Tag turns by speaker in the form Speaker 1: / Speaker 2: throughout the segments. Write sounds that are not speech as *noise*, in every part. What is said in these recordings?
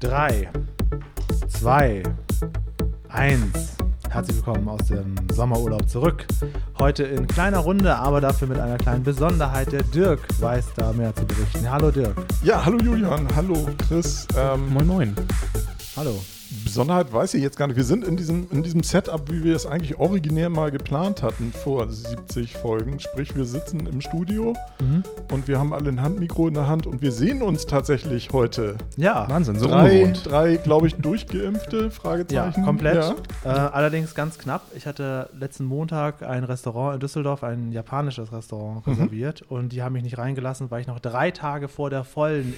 Speaker 1: 3, 2, 1. Herzlich willkommen aus dem Sommerurlaub zurück. Heute in kleiner Runde, aber dafür mit einer kleinen Besonderheit. Der Dirk weiß da mehr zu berichten. Hallo Dirk.
Speaker 2: Ja, hallo Julian, hallo Chris. Ähm,
Speaker 3: Moin Moin.
Speaker 1: Hallo.
Speaker 2: Besonderheit weiß ich jetzt gar nicht. Wir sind in diesem, in diesem Setup, wie wir es eigentlich originär mal geplant hatten vor 70 Folgen. Sprich, wir sitzen im Studio
Speaker 1: Mhm.
Speaker 2: und wir haben alle ein Handmikro in der Hand und wir sehen uns tatsächlich heute.
Speaker 1: Ja.
Speaker 3: Wahnsinn, so
Speaker 2: Drei,
Speaker 3: ungewohnt.
Speaker 2: drei glaube ich, durchgeimpfte,
Speaker 1: Ja,
Speaker 2: Fragezeichen.
Speaker 1: komplett.
Speaker 2: Ja.
Speaker 1: Äh, allerdings ganz knapp. Ich hatte letzten Montag ein Restaurant in Düsseldorf, ein japanisches
Speaker 2: Mhm.
Speaker 1: Restaurant reserviert und die haben mich nicht reingelassen, weil ich noch drei Tage vor der vollen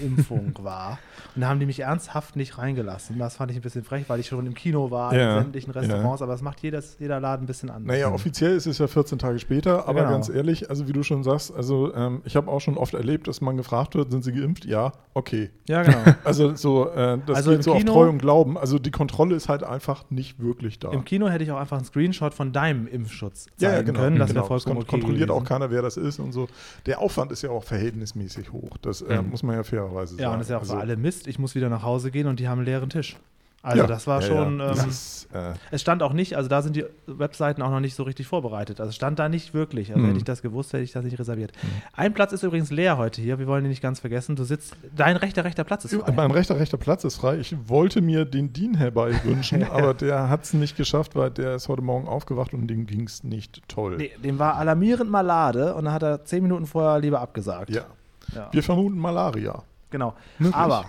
Speaker 1: Impfung
Speaker 2: *laughs*
Speaker 1: war. Und da haben die mich ernsthaft nicht reingelassen. Das fand ich ein bisschen frech, weil ich schon im Kino war,
Speaker 2: Ja,
Speaker 1: in sämtlichen
Speaker 2: ja.
Speaker 1: Restaurants, aber das macht jedes, jeder Laden ein bisschen anders. Mhm.
Speaker 2: Naja, offiziell ist es ja 14 Tage später, aber
Speaker 1: Genau.
Speaker 2: ganz ehrlich, also wie du schon sagst, also ähm, ich habe auch schon oft erlebt, dass man gefragt wird, sind sie geimpft? Ja, okay.
Speaker 1: Ja,
Speaker 2: *laughs*
Speaker 1: genau.
Speaker 2: Also so, äh, das
Speaker 1: Also im
Speaker 2: geht so
Speaker 1: Kino-
Speaker 2: auf Treu und Glauben. Also die Kontrolle ist halt einfach nicht wirklich da.
Speaker 1: Im Kino hätte ich auch einfach einen Screenshot von deinem Impfschutz zeigen
Speaker 2: ja, ja, genau.
Speaker 1: können. Das
Speaker 2: genau.
Speaker 1: wäre vollkommen
Speaker 2: Es
Speaker 1: okay
Speaker 2: kon- kontrolliert
Speaker 1: gewesen.
Speaker 2: auch keiner, wer das ist und so. Der Aufwand ist ja auch verhältnismäßig hoch. Das äh,
Speaker 3: Mhm.
Speaker 2: muss man ja fairerweise sagen.
Speaker 1: Ja, und das ist ja auch
Speaker 2: also,
Speaker 1: für alle Mist. Ich muss wieder nach Hause gehen und die haben einen leeren Tisch. Also
Speaker 2: Ja,
Speaker 1: das war
Speaker 2: ja,
Speaker 1: schon...
Speaker 2: Ja.
Speaker 1: Ähm,
Speaker 2: das ist, äh,
Speaker 1: Es stand auch nicht, also da sind die Webseiten auch noch nicht so richtig vorbereitet. Also es stand da nicht wirklich. Also
Speaker 2: Mhm.
Speaker 1: hätte ich das gewusst, hätte ich das nicht reserviert. Ein Platz ist übrigens leer heute hier. Wir wollen ihn nicht ganz vergessen. Du sitzt, dein rechter, rechter Platz ist frei.
Speaker 2: mein rechter, rechter Platz ist frei. Ich wollte mir den Dean herbei
Speaker 1: *laughs*
Speaker 2: wünschen, aber der hat es nicht geschafft, weil der ist heute Morgen aufgewacht und dem ging es nicht toll.
Speaker 1: Nee, dem war alarmierend malade und dann hat er zehn Minuten vorher lieber abgesagt.
Speaker 2: Ja.
Speaker 1: Ja.
Speaker 2: Wir vermuten Malaria.
Speaker 1: Genau.
Speaker 2: Möglich.
Speaker 1: Aber,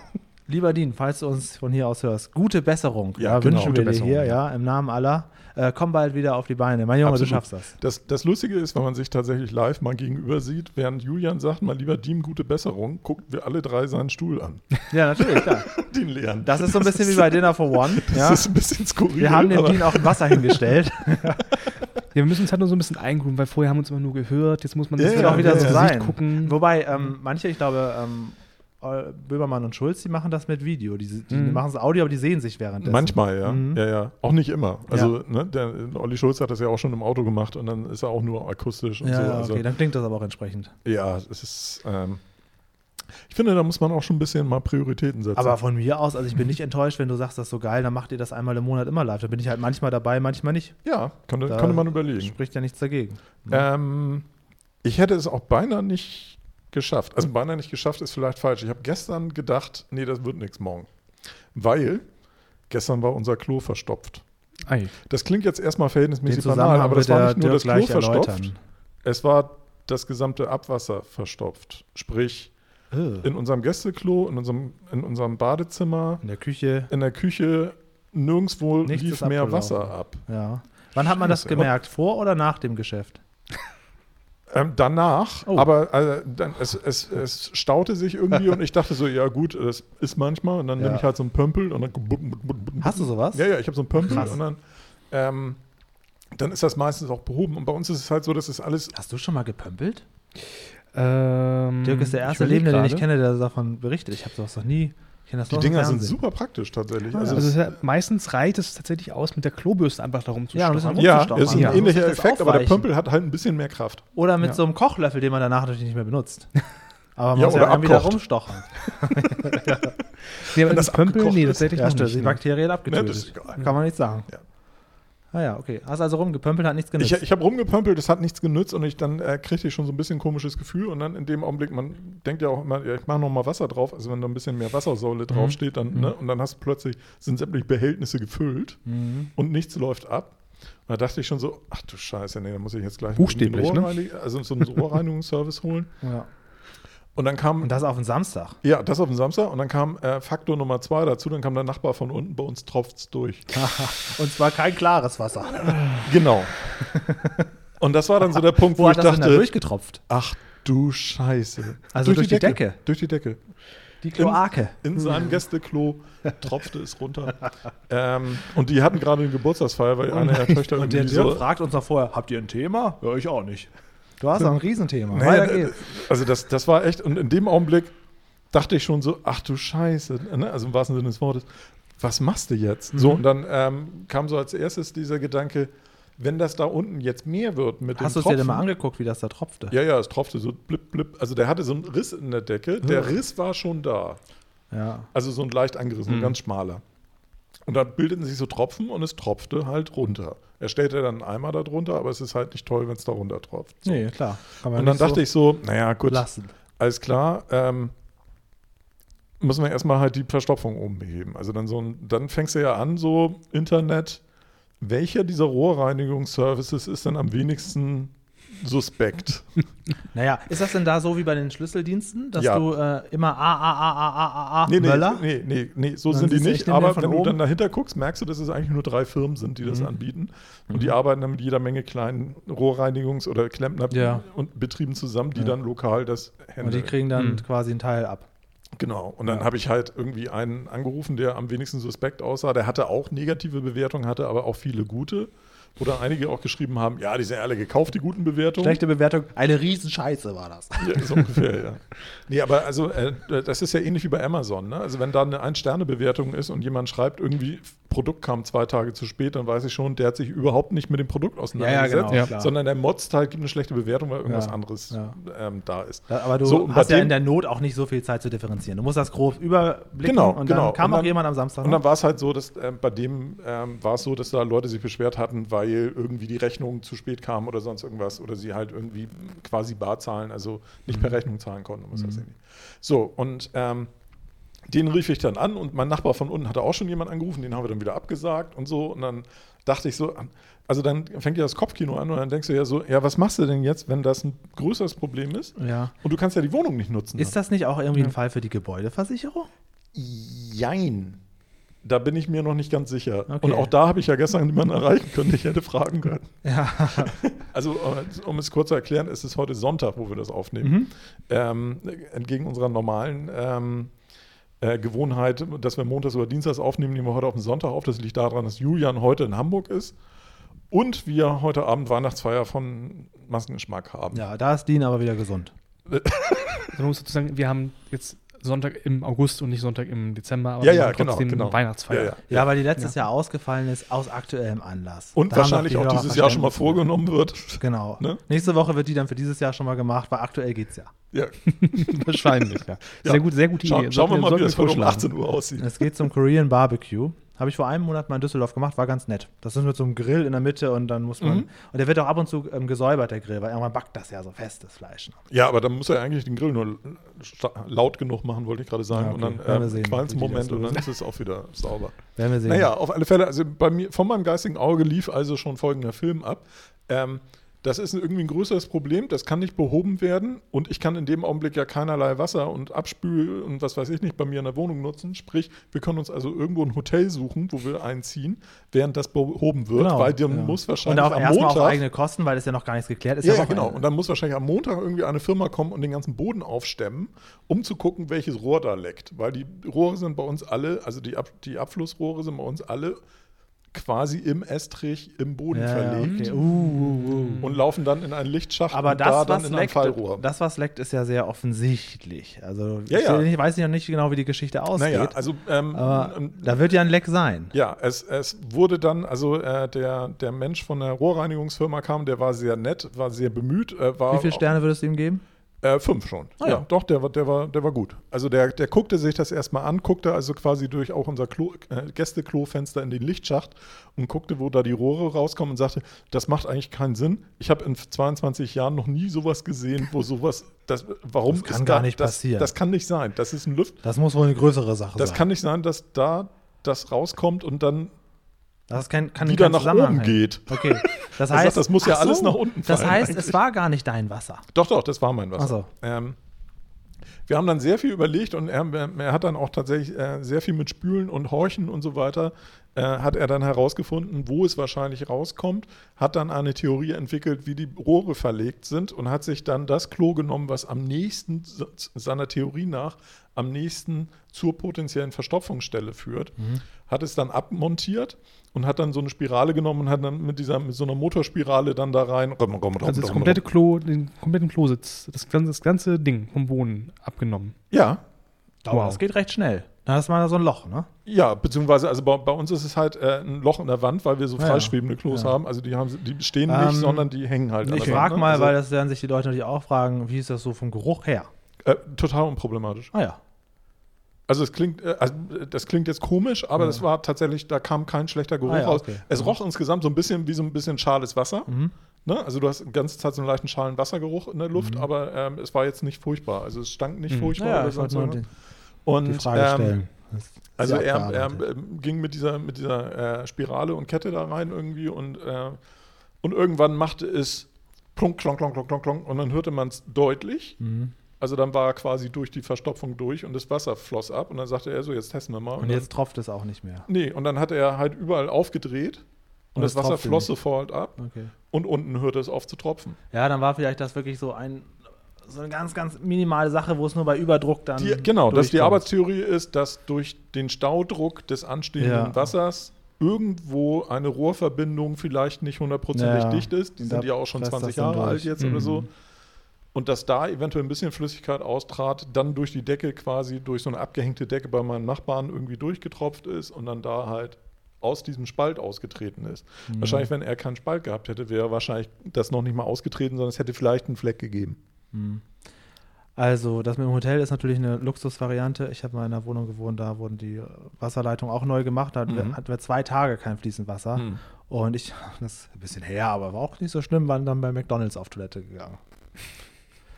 Speaker 1: lieber Dean, falls du uns von hier aus hörst, gute Besserung.
Speaker 2: Ja, genau,
Speaker 1: wünschen
Speaker 2: gute
Speaker 1: wir dir
Speaker 2: Besserung,
Speaker 1: hier,
Speaker 2: ja.
Speaker 1: ja, im Namen aller. Äh, komm bald wieder auf die Beine. Mein Junge,
Speaker 2: Absolut.
Speaker 1: du schaffst das.
Speaker 2: das. Das Lustige ist, wenn man sich tatsächlich live mal gegenüber sieht, während Julian sagt, mal lieber Diem, gute Besserung, gucken wir alle drei seinen Stuhl an. *laughs*
Speaker 1: Ja, natürlich, klar.
Speaker 2: Den leeren.
Speaker 1: Das ist so ein bisschen wie bei Dinner for One.
Speaker 2: *laughs* Das
Speaker 1: Ja?
Speaker 2: ist ein bisschen skurril.
Speaker 1: Wir haben dem
Speaker 2: aber-
Speaker 1: Dean auch ein Wasser hingestellt.
Speaker 3: Ja, wir müssen uns halt nur so ein bisschen eingrooven, weil vorher haben wir uns immer nur gehört. Jetzt muss man
Speaker 2: Ja,
Speaker 3: sich halt
Speaker 2: ja,
Speaker 1: wird auch wieder
Speaker 2: ja,
Speaker 3: ins
Speaker 1: so
Speaker 2: ja.
Speaker 3: Gesicht
Speaker 1: sein.
Speaker 3: gucken.
Speaker 1: Wobei, ähm, manche, ich glaube, ähm, Eu- Böhmermann und Schulz, die machen das mit Video. Die, die
Speaker 3: Mhm.
Speaker 1: machen es Audio, aber die sehen sich währenddessen.
Speaker 2: Manchmal, ja.
Speaker 1: Mhm.
Speaker 2: ja. Ja, Auch nicht immer. Also, ne, der Olli Schulz hat das ja auch schon im Auto gemacht und dann ist er auch nur akustisch und
Speaker 1: Ja,
Speaker 2: so.
Speaker 1: ja,
Speaker 2: Also,
Speaker 1: okay, dann klingt das aber auch entsprechend.
Speaker 2: ja, es ist. Ähm, ich finde, da muss man auch schon ein bisschen mal Prioritäten setzen.
Speaker 1: Aber von mir aus, also ich bin nicht enttäuscht, wenn du sagst, das ist so geil, dann macht ihr das einmal im Monat immer live. Da bin ich halt manchmal dabei, manchmal nicht.
Speaker 2: ja, könnte,
Speaker 1: Da-
Speaker 2: könnte man überlegen.
Speaker 1: Spricht ja nichts dagegen.
Speaker 2: Ähm, ich hätte es auch beinahe nicht geschafft. Also beinahe nicht geschafft ist vielleicht falsch. Ich habe gestern gedacht, nee, das wird nichts morgen. Weil gestern war unser Klo verstopft.
Speaker 3: Ei.
Speaker 2: Das klingt jetzt erstmal verhältnismäßig banal,
Speaker 1: Zusammenhang
Speaker 2: aber das
Speaker 1: wird
Speaker 2: war
Speaker 1: der
Speaker 2: nicht nur
Speaker 1: Dirk
Speaker 2: das Klo
Speaker 1: gleich
Speaker 2: verstopft.
Speaker 1: erläutern.
Speaker 2: Es war das gesamte Abwasser verstopft. Sprich,
Speaker 1: Äh,
Speaker 2: in unserem Gästeklo, in unserem, in unserem Badezimmer,
Speaker 1: In der Küche,
Speaker 2: in der Küche, nirgendwo
Speaker 1: Nichts
Speaker 2: lief
Speaker 1: ist
Speaker 2: mehr
Speaker 1: abgelaufen.
Speaker 2: Wasser ab.
Speaker 1: ja. Wann hat man das
Speaker 2: Scheiße. oh.
Speaker 1: gemerkt? Vor oder nach dem Geschäft?
Speaker 2: Ähm, danach,
Speaker 1: Oh.
Speaker 2: aber äh, dann, es, es, es staute sich irgendwie und ich dachte so, ja gut, das ist manchmal und dann
Speaker 1: Ja.
Speaker 2: nehme ich halt so einen Pömpel und dann
Speaker 1: Hast du sowas?
Speaker 2: Ja, ja, ich habe so einen Pömpel
Speaker 1: Krass.
Speaker 2: und dann, ähm, dann ist das meistens auch behoben und bei uns ist es halt so, dass es alles
Speaker 1: Hast du schon mal gepömpelt?
Speaker 3: Ähm,
Speaker 1: Dirk ist der erste
Speaker 3: überleg
Speaker 1: Lebende, den Mhm, ich
Speaker 3: gerade.
Speaker 1: kenne, der davon berichtet. Ich habe sowas noch nie. Ich kenne das
Speaker 2: Die
Speaker 1: nur aus dem
Speaker 2: Dinger sind
Speaker 1: Fernsehen.
Speaker 2: super praktisch tatsächlich. Also,
Speaker 3: Also, es ist ja, meistens reicht es tatsächlich aus, mit der Klobürste einfach darum zu
Speaker 1: Ja, und das ist
Speaker 2: ja,
Speaker 1: rumzustochern.
Speaker 2: ist ein
Speaker 3: Ja.
Speaker 2: ähnlicher
Speaker 1: Das
Speaker 2: Effekt, aber der
Speaker 1: aufweichen.
Speaker 2: Pömpel hat halt ein bisschen mehr Kraft.
Speaker 1: Oder mit
Speaker 3: Ja.
Speaker 1: so einem Kochlöffel, den man danach natürlich nicht mehr
Speaker 2: *laughs*
Speaker 1: benutzt. Aber man
Speaker 2: Ja,
Speaker 1: muss ja
Speaker 2: oder
Speaker 1: irgendwie da
Speaker 2: abkocht.
Speaker 1: *laughs* rumstochern.
Speaker 3: Nee, aber
Speaker 2: Wenn
Speaker 3: das
Speaker 2: das
Speaker 3: Pömpel,
Speaker 2: abgekocht
Speaker 3: nee,
Speaker 2: ist,
Speaker 3: tatsächlich
Speaker 1: Ja,
Speaker 3: noch
Speaker 1: stimmt,
Speaker 3: nicht.
Speaker 1: die
Speaker 3: nee.
Speaker 1: Bakterien
Speaker 2: Ne, das ist
Speaker 1: abgetötet.
Speaker 2: egal.
Speaker 1: Kann man nichts sagen.
Speaker 2: Ja.
Speaker 1: Ah ja, okay. Hast also rumgepömpelt, hat nichts genützt.
Speaker 2: Ich, ich habe rumgepömpelt, das hat nichts genützt und ich dann äh, kriegte ich schon so ein bisschen komisches Gefühl und dann in dem Augenblick, man denkt ja auch immer, ja, ich mache noch mal Wasser drauf, also wenn da ein bisschen mehr
Speaker 1: Mhm.
Speaker 2: Wassersäule draufsteht, dann, ne, und dann hast du plötzlich, sind sämtliche Behältnisse gefüllt
Speaker 1: Mhm.
Speaker 2: und nichts läuft ab. Und da dachte ich schon so, ach du Scheiße, nee, da muss ich jetzt gleich
Speaker 3: Buchstäblich,
Speaker 2: einen
Speaker 3: ne?
Speaker 2: Rohrreinig- also so einen Rohrreinigungsservice holen.
Speaker 1: ja.
Speaker 2: Und dann kam,
Speaker 1: Und das auf den Samstag.
Speaker 2: ja, das auf den Samstag und dann kam äh, Faktor Nummer zwei dazu, dann kam der Nachbar von unten, bei uns tropft's durch.
Speaker 1: Ah. Und zwar kein klares
Speaker 2: *laughs*
Speaker 1: Wasser.
Speaker 2: Genau. Und das war
Speaker 1: *laughs*
Speaker 2: dann so der Punkt, wo,
Speaker 1: Wo
Speaker 2: ich
Speaker 1: hat das denn da
Speaker 2: dachte,
Speaker 1: durchgetropft?
Speaker 2: ach du Scheiße.
Speaker 1: Also durch die Decke? Hm.
Speaker 2: Durch die Decke.
Speaker 1: Die Kloake.
Speaker 2: In seinem Gästeklo tropfte es runter. ähm, und die hatten gerade eine Geburtstagsfeier, weil eine der Töchter
Speaker 1: *laughs* Und der
Speaker 2: irgendwie
Speaker 1: Dirk
Speaker 2: so.
Speaker 1: fragt uns noch vorher, habt ihr ein Thema? Ja, ich auch nicht. Du hast auch ein Riesenthema.
Speaker 2: Naja,
Speaker 1: Weiter
Speaker 2: d-
Speaker 1: geht's.
Speaker 2: also das, das war echt, und in dem Augenblick dachte ich schon so, ach du Scheiße, ne? also im wahrsten Sinne des Wortes, was machst du jetzt?
Speaker 1: Mhm.
Speaker 2: So, und dann ähm, kam so als erstes dieser Gedanke, wenn das da unten jetzt mehr wird mit
Speaker 1: Hast du
Speaker 2: dem
Speaker 1: es dir denn
Speaker 2: Tropfen-
Speaker 1: mal angeguckt, wie das da tropfte?
Speaker 2: Ja, ja, es tropfte so blip, blip. Also der hatte so einen Riss in der Decke. Der Riss war schon da.
Speaker 1: Ja.
Speaker 2: Also so ein leicht angerissener,
Speaker 3: Mhm.
Speaker 2: ganz schmaler. Und da bildeten sich so Tropfen und es tropfte halt runter. Er stellte dann einen Eimer da drunter, aber es ist halt nicht toll, wenn es da runter tropft. So.
Speaker 1: Nee, klar. Kann
Speaker 2: und dann dachte
Speaker 1: so
Speaker 2: ich so, naja, gut,
Speaker 1: lassen.
Speaker 2: alles klar, ähm, müssen wir erstmal halt die Verstopfung oben beheben. Also dann so ein, dann fängst du ja an, so Internet, welcher dieser Rohrreinigungsservices ist denn am wenigsten suspekt?
Speaker 1: Naja, ist das denn da so wie bei den Schlüsseldiensten, dass
Speaker 2: Ja.
Speaker 1: du äh, immer A, A, A, A, A, A, A,
Speaker 2: Nee, nee,
Speaker 1: Möller?
Speaker 2: nee, nee, nee so
Speaker 1: Dann
Speaker 2: sind die
Speaker 1: siehst du
Speaker 2: nicht.
Speaker 1: echt den Müll
Speaker 2: Aber
Speaker 1: von
Speaker 2: wenn du
Speaker 1: oben.
Speaker 2: dann dahinter guckst, merkst du, dass es eigentlich nur drei Firmen sind, die das
Speaker 3: Mhm.
Speaker 2: anbieten. Und die arbeiten dann mit jeder Menge kleinen Rohrreinigungs- oder Klempner-
Speaker 1: Ja.
Speaker 2: und Betrieben zusammen, die
Speaker 1: Ja.
Speaker 2: dann lokal das
Speaker 1: Und die
Speaker 2: handeln.
Speaker 1: kriegen dann
Speaker 3: Mhm.
Speaker 1: quasi einen Teil ab.
Speaker 2: Genau. Und dann
Speaker 1: Ja.
Speaker 2: habe ich halt irgendwie einen angerufen, der am wenigsten suspekt aussah. Der hatte auch negative Bewertungen, hatte aber auch viele gute. Oder einige auch geschrieben haben, ja, die sind alle gekauft, die guten Bewertungen.
Speaker 1: Schlechte Bewertung, eine Riesenscheiße war
Speaker 2: *laughs*
Speaker 1: das.
Speaker 2: Ja, so ungefähr, ja. Nee, aber also äh, das ist ja ähnlich wie bei Amazon. Ne? Also wenn da eine Ein-Sterne-Bewertung ist und jemand schreibt, irgendwie Produkt kam zwei Tage zu spät, dann weiß ich schon, der hat sich überhaupt nicht mit dem Produkt auseinandergesetzt,
Speaker 1: genau, klar.
Speaker 2: sondern der motzt halt, gibt eine schlechte Bewertung, weil irgendwas
Speaker 1: Ja,
Speaker 2: anderes
Speaker 1: ja.
Speaker 2: Ähm, da ist.
Speaker 1: Ja, Aber du
Speaker 2: So, und
Speaker 1: hast
Speaker 2: bei
Speaker 1: ja
Speaker 2: dem-
Speaker 1: in der Not auch nicht so viel Zeit zu differenzieren. Du musst das grob überblicken
Speaker 2: Genau,
Speaker 1: und dann
Speaker 2: genau.
Speaker 1: kam
Speaker 2: Und
Speaker 1: auch
Speaker 2: dann-
Speaker 1: jemand am Samstag. ne?
Speaker 2: Und
Speaker 1: noch.
Speaker 2: dann war es halt so, dass ähm, bei dem ähm, war es so, dass da Leute sich beschwert hatten, weil irgendwie die Rechnungen zu spät kamen oder sonst irgendwas oder sie halt irgendwie quasi bar zahlen, also nicht
Speaker 1: Mhm.
Speaker 2: per Rechnung zahlen konnten. Was weiß ich nicht. So, und ähm, den rief ich dann an und mein Nachbar von unten hatte auch schon jemand angerufen, den haben wir dann wieder abgesagt und so. Und dann dachte ich so, also dann fängt ja das Kopfkino an und dann denkst du ja so, ja, was machst du denn jetzt, wenn das ein größeres Problem ist?
Speaker 1: ja.
Speaker 2: Und du kannst ja die Wohnung nicht nutzen.
Speaker 1: Ist das nicht auch irgendwie ein Fall für die Gebäudeversicherung?
Speaker 2: Jein. Da bin ich mir noch nicht ganz sicher.
Speaker 1: Okay.
Speaker 2: Und auch da habe ich ja gestern niemanden erreichen können, den ich hätte fragen können.
Speaker 1: Ja.
Speaker 2: Also, äh, um es kurz zu erklären, es ist heute Sonntag, wo wir das aufnehmen. Ähm, entgegen unserer normalen ähm, äh, Gewohnheit, dass wir montags oder dienstags aufnehmen, nehmen wir heute auf den Sonntag auf. Das liegt daran, dass Julian heute in Hamburg ist und wir heute Abend Weihnachtsfeier von Massengeschmack
Speaker 1: *laughs*
Speaker 2: haben.
Speaker 1: ja, da ist Dean aber wieder gesund.
Speaker 3: Also man muss dazu sagen, wir haben jetzt Sonntag im August und nicht Sonntag im Dezember, aber
Speaker 2: Ja,
Speaker 3: wir
Speaker 2: ja,
Speaker 3: haben
Speaker 2: genau,
Speaker 3: trotzdem
Speaker 2: genau.
Speaker 3: Weihnachtsfeier.
Speaker 2: Ja, ja.
Speaker 1: Ja, weil die letztes Jahr ausgefallen ist aus aktuellem Anlass.
Speaker 2: Und
Speaker 1: Da haben
Speaker 2: wahrscheinlich
Speaker 1: doch
Speaker 2: auch
Speaker 1: die Hörer
Speaker 2: dieses Jahr schon mal
Speaker 1: Verständnis.
Speaker 2: vorgenommen wird.
Speaker 1: Genau.
Speaker 2: Ne?
Speaker 1: Nächste Woche wird die dann für dieses Jahr schon mal gemacht, weil aktuell geht's ja.
Speaker 2: Ja.
Speaker 3: Wahrscheinlich, ja.
Speaker 2: Ja.
Speaker 3: Sehr gut, sehr gute
Speaker 2: Schau,
Speaker 3: Idee.
Speaker 2: schauen wir
Speaker 3: Sollten
Speaker 2: mal, wie das
Speaker 3: sollten
Speaker 2: heute um 18
Speaker 3: vorschlagen.
Speaker 2: Uhr
Speaker 1: *laughs*
Speaker 2: aussieht.
Speaker 1: Es geht zum Korean Barbecue. Habe ich vor einem Monat mal in Düsseldorf gemacht, war ganz nett. Das ist mit so einem Grill in der Mitte und dann muss man.
Speaker 2: Mhm.
Speaker 1: Und der wird auch ab und zu ähm, gesäubert, der Grill, weil irgendwann backt das ja so festes Fleisch.
Speaker 2: Ja, aber dann muss er eigentlich den Grill nur sta- laut genug machen, wollte ich gerade sagen.
Speaker 1: Ja, okay. Werden
Speaker 2: Und
Speaker 1: wir
Speaker 2: dann ähm,
Speaker 1: sehen,
Speaker 2: knallt
Speaker 1: wie die das
Speaker 2: Moment und dann
Speaker 1: lösen.
Speaker 2: ist es auch wieder sauber.
Speaker 1: Werden wir sehen.
Speaker 2: Naja, auf alle Fälle, also bei mir, von meinem geistigen Auge lief also schon folgender Film ab. Ähm, das ist irgendwie ein größeres Problem, das kann nicht behoben werden und ich kann in dem Augenblick ja keinerlei Wasser und Abspül und was weiß ich nicht bei mir in der Wohnung nutzen. Sprich, wir können uns also irgendwo ein Hotel suchen, wo wir einziehen, während das behoben wird, weil dann
Speaker 1: Genau. ja.
Speaker 2: muss
Speaker 1: Und
Speaker 2: wahrscheinlich
Speaker 1: auch
Speaker 2: am
Speaker 1: erstmal auf
Speaker 2: Montag
Speaker 1: eigene Kosten, weil das ja noch gar nichts geklärt ist.
Speaker 2: ja, ja,
Speaker 1: aber-
Speaker 2: genau. Und dann muss wahrscheinlich am Montag irgendwie eine Firma kommen und den ganzen Boden aufstemmen, um zu gucken, welches Rohr da leckt. Weil die Rohre sind bei uns alle, also die, Ab die Abflussrohre sind bei uns alle quasi im Estrich im Boden
Speaker 1: ja,
Speaker 2: verlegt
Speaker 1: Okay. Uh, uh, uh.
Speaker 2: und laufen dann in einen Lichtschacht
Speaker 1: Aber
Speaker 2: und
Speaker 1: das,
Speaker 2: da dann
Speaker 1: was
Speaker 2: in ein
Speaker 1: leckt,
Speaker 2: Fallrohr.
Speaker 1: das, was leckt, ist ja sehr offensichtlich. Also
Speaker 2: Ja,
Speaker 1: ich
Speaker 2: ja.
Speaker 1: sehe nicht- weiß ich noch nicht genau, wie die Geschichte ausgeht.
Speaker 2: naja, also ähm,
Speaker 1: aber
Speaker 2: ähm,
Speaker 1: da wird ja ein Leck sein.
Speaker 2: Ja, es, es wurde dann, also äh, der, der Mensch von der Rohrreinigungsfirma kam, der war sehr nett, war sehr bemüht. Äh, war
Speaker 1: Wie viele Sterne würdest du ihm geben?
Speaker 2: Äh, fünf schon.
Speaker 1: Ah,
Speaker 2: ja.
Speaker 1: ja.
Speaker 2: doch, der, war- der, war, der war gut. Also der, der guckte sich das erstmal an, guckte also quasi durch auch unser Klo, äh, Gästeklofenster in den Lichtschacht und guckte, wo da die Rohre rauskommen und sagte, das macht eigentlich keinen Sinn. Ich habe in 22 Jahren noch nie sowas gesehen, wo sowas, das, warum
Speaker 1: Das kann
Speaker 2: ist
Speaker 1: gar
Speaker 2: da,
Speaker 1: nicht
Speaker 2: das,
Speaker 1: passieren.
Speaker 2: Das kann nicht sein. Das ist ein Lüft.
Speaker 1: Das muss wohl eine größere Sache
Speaker 2: Das
Speaker 1: sein.
Speaker 2: kann nicht sein, dass da das rauskommt und dann
Speaker 1: das kann, kann
Speaker 2: wieder
Speaker 1: kein
Speaker 2: nach
Speaker 1: Zusammenhang
Speaker 2: oben
Speaker 1: hängen.
Speaker 2: geht. *laughs*
Speaker 1: Okay, das
Speaker 2: Er sagt,
Speaker 1: heißt,
Speaker 2: das muss ja
Speaker 1: Ach
Speaker 2: alles nach unten
Speaker 1: Das
Speaker 2: fallen
Speaker 1: heißt,
Speaker 2: eigentlich.
Speaker 1: es war gar nicht dein Wasser.
Speaker 2: Doch, doch, das war mein Wasser.
Speaker 1: Ach so.
Speaker 2: ähm, wir haben dann sehr viel überlegt und er, er hat dann auch tatsächlich äh, sehr viel mit Spülen und Horchen und so weiter, äh, hat er dann herausgefunden, wo es wahrscheinlich rauskommt, hat dann eine Theorie entwickelt, wie die Rohre verlegt sind und hat sich dann das Klo genommen, was am nächsten, s- seiner Theorie nach, am nächsten zur potenziellen Verstopfungsstelle führt,
Speaker 1: Mhm.
Speaker 2: hat es dann abmontiert und hat dann so eine Spirale genommen und hat dann mit dieser mit so einer Motorspirale dann da rein. rum, rum, rum,
Speaker 3: Also das
Speaker 2: rum,
Speaker 3: komplette Klo, den kompletten Klositz, das ganze, das ganze Ding vom Boden abgenommen.
Speaker 2: rum. Ja,
Speaker 1: Aber
Speaker 3: Wow.
Speaker 1: das geht recht schnell. Dann hast du mal so ein Loch, ne?
Speaker 2: Ja, beziehungsweise, also bei, bei uns ist es halt äh, ein Loch in der Wand, weil wir so
Speaker 1: Ja,
Speaker 2: freischwebende Klos haben. Also die, haben, die stehen nicht,
Speaker 1: Ähm,
Speaker 2: sondern die hängen halt. an
Speaker 1: Ich
Speaker 2: der
Speaker 1: frage
Speaker 2: Wand, ne?
Speaker 1: mal,
Speaker 2: also,
Speaker 1: weil das werden sich die Leute natürlich auch fragen, wie ist das so vom Geruch her?
Speaker 2: Äh, total unproblematisch.
Speaker 1: Ah ja.
Speaker 2: Also es klingt, äh, also äh, das klingt jetzt komisch, aber das war tatsächlich, da kam kein schlechter Geruch
Speaker 1: Ah ja,
Speaker 2: raus.
Speaker 1: okay.
Speaker 2: Es roch insgesamt so ein bisschen wie so ein bisschen schales Wasser.
Speaker 1: Mhm.
Speaker 2: Ne? Also du hast die ganze Zeit so einen leichten schalen Wassergeruch in der Luft, aber ähm, es war jetzt nicht furchtbar. Also es stank nicht
Speaker 3: Mhm.
Speaker 2: furchtbar.
Speaker 1: Naja,
Speaker 2: oder
Speaker 1: Mhm. ich wollte
Speaker 2: sonst
Speaker 1: nur
Speaker 2: was.
Speaker 1: die,
Speaker 2: und,
Speaker 1: die Frage
Speaker 2: ähm,
Speaker 1: stellen. Das ist
Speaker 2: Also
Speaker 1: sehr
Speaker 2: er, er
Speaker 1: abgearbeitet.
Speaker 2: ähm, ging mit dieser, mit dieser äh, Spirale und Kette da rein irgendwie und, äh, und irgendwann machte es plunk, klonk, klonk, klonk, klonk, klonk und dann hörte man es deutlich.
Speaker 1: Mhm.
Speaker 2: Also dann war er quasi durch die Verstopfung durch und das Wasser floss ab und dann sagte er so, jetzt testen wir mal.
Speaker 1: Und jetzt tropft es auch nicht mehr.
Speaker 2: dann, nee, und dann hat er halt überall aufgedreht und,
Speaker 1: Und
Speaker 2: das
Speaker 1: es
Speaker 2: Wasser
Speaker 1: tropfte
Speaker 2: floss
Speaker 1: nicht.
Speaker 2: sofort ab
Speaker 1: Okay.
Speaker 2: und unten hörte es auf zu tropfen.
Speaker 1: Ja, dann war vielleicht das wirklich so ein so eine ganz, ganz minimale Sache, wo es nur bei Überdruck dann.
Speaker 2: Die, genau, dass die
Speaker 1: durchkommt.
Speaker 2: Arbeitstheorie ist, dass durch den Staudruck des anstehenden
Speaker 1: Ja.
Speaker 2: Wassers irgendwo eine Rohrverbindung vielleicht nicht hundertprozentig
Speaker 1: Ja.
Speaker 2: dicht ist. Die
Speaker 1: Da
Speaker 2: sind ja auch schon
Speaker 1: presst das
Speaker 2: 20
Speaker 1: dann
Speaker 2: Jahre
Speaker 1: durch.
Speaker 2: alt jetzt
Speaker 3: Mhm.
Speaker 2: oder so. Und dass da eventuell ein bisschen Flüssigkeit austrat, dann durch die Decke quasi, durch so eine abgehängte Decke bei meinem Nachbarn irgendwie durchgetropft ist und dann da halt aus diesem Spalt ausgetreten ist.
Speaker 1: Mhm.
Speaker 2: Wahrscheinlich, wenn er keinen Spalt gehabt hätte, wäre wahrscheinlich das noch nicht mal ausgetreten, sondern es hätte vielleicht einen Fleck gegeben. Mhm.
Speaker 1: Also, das mit dem Hotel ist natürlich eine Luxusvariante. Ich habe mal in einer Wohnung gewohnt, da wurden die äh, Wasserleitungen auch neu gemacht. Da hatten wir-
Speaker 2: Mhm.
Speaker 1: hatten wir zwei Tage kein fließend Wasser.
Speaker 2: Hm.
Speaker 1: Und ich, *laughs* das ist ein bisschen her, aber war auch nicht so schlimm, waren dann bei McDonalds auf Toilette gegangen.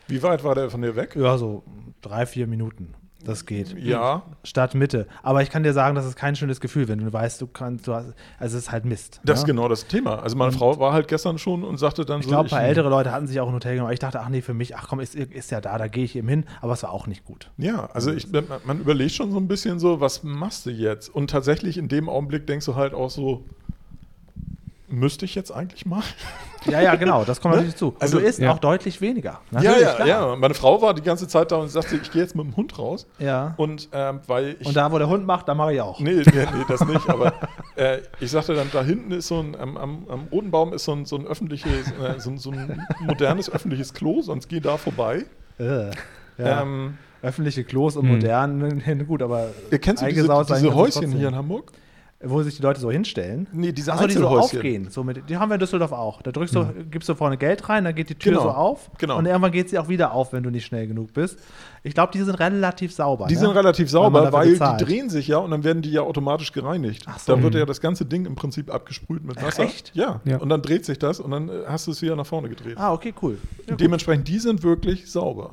Speaker 2: Wie weit war der von dir weg?
Speaker 1: Ja, so drei, vier Minuten. Das geht.
Speaker 2: Ja,
Speaker 1: Stadt Mitte. Aber ich kann dir sagen, das ist kein schönes Gefühl, wenn du weißt, du kannst, du hast, also es ist halt Mist.
Speaker 2: Das
Speaker 1: ne?
Speaker 2: ist genau das Thema. Also meine Frau war halt gestern schon und sagte dann
Speaker 1: Ich
Speaker 2: so.
Speaker 1: glaube, ein paar ältere Leute hatten sich auch ein Hotel genommen. Ich dachte, ach nee, für mich, ach komm, ist, ist ja da, da gehe ich eben hin. Aber es war auch nicht gut.
Speaker 2: Ja, also ich, man überlegt schon so ein bisschen so, was machst du jetzt? Und tatsächlich in dem Augenblick denkst du halt auch so, müsste ich jetzt eigentlich mal? *laughs*
Speaker 1: Ja, ja, genau, das kommt
Speaker 2: Ne?
Speaker 1: natürlich zu. Und
Speaker 2: Also,
Speaker 1: du isst
Speaker 3: ja.
Speaker 1: auch deutlich weniger.
Speaker 2: ja,
Speaker 1: Natürlich,
Speaker 2: ja,
Speaker 1: klar.
Speaker 2: ja. Meine Frau war die ganze Zeit da und sagte, ich gehe jetzt mit dem Hund raus.
Speaker 1: Ja.
Speaker 2: Und ähm, weil ich.
Speaker 1: Und da, wo der Hund macht, da mache ich auch.
Speaker 2: Nee, nee, nee, das nicht. Aber äh, ich sagte dann, da hinten ist so ein, am, am, am Roten Baum ist so ein, so ein öffentliches, äh, so, ein- so ein modernes öffentliches Klo, sonst geh da vorbei.
Speaker 1: Äh, ja.
Speaker 2: Ähm, hm.
Speaker 1: Öffentliche Klos und modern, *laughs* gut, aber
Speaker 2: ihr kennt so diese,
Speaker 1: eingesaut sein
Speaker 2: diese
Speaker 1: kannst du
Speaker 2: Häuschen
Speaker 1: trotzdem.
Speaker 2: hier in Hamburg?
Speaker 1: Wo sich die Leute so hinstellen.
Speaker 2: Nee, diese
Speaker 1: Ach so, die so
Speaker 2: Einzelhäuschen. Hm.
Speaker 1: aufgehen. So mit, die haben wir in Düsseldorf auch. Da drückst du, gibst du vorne Geld rein, dann geht die Tür
Speaker 2: Genau,
Speaker 1: so auf.
Speaker 2: genau.
Speaker 1: Und irgendwann geht sie auch wieder auf, wenn du nicht schnell genug bist. Ich glaube, die sind relativ sauber.
Speaker 2: Die
Speaker 1: ne?
Speaker 2: sind relativ
Speaker 1: man
Speaker 2: sauber,
Speaker 1: dafür
Speaker 2: weil
Speaker 1: bezahlt.
Speaker 2: die drehen sich ja und dann werden die ja automatisch gereinigt.
Speaker 1: Ach so. Mhm.
Speaker 2: Dann wird ja das ganze Ding im Prinzip abgesprüht mit Wasser.
Speaker 1: echt?
Speaker 2: Ja.
Speaker 3: Ja.
Speaker 2: Und dann dreht sich das und dann äh, hast du es wieder nach vorne gedreht.
Speaker 1: Ah, okay, cool. Ja, Mhm.
Speaker 2: Dementsprechend, die sind wirklich sauber.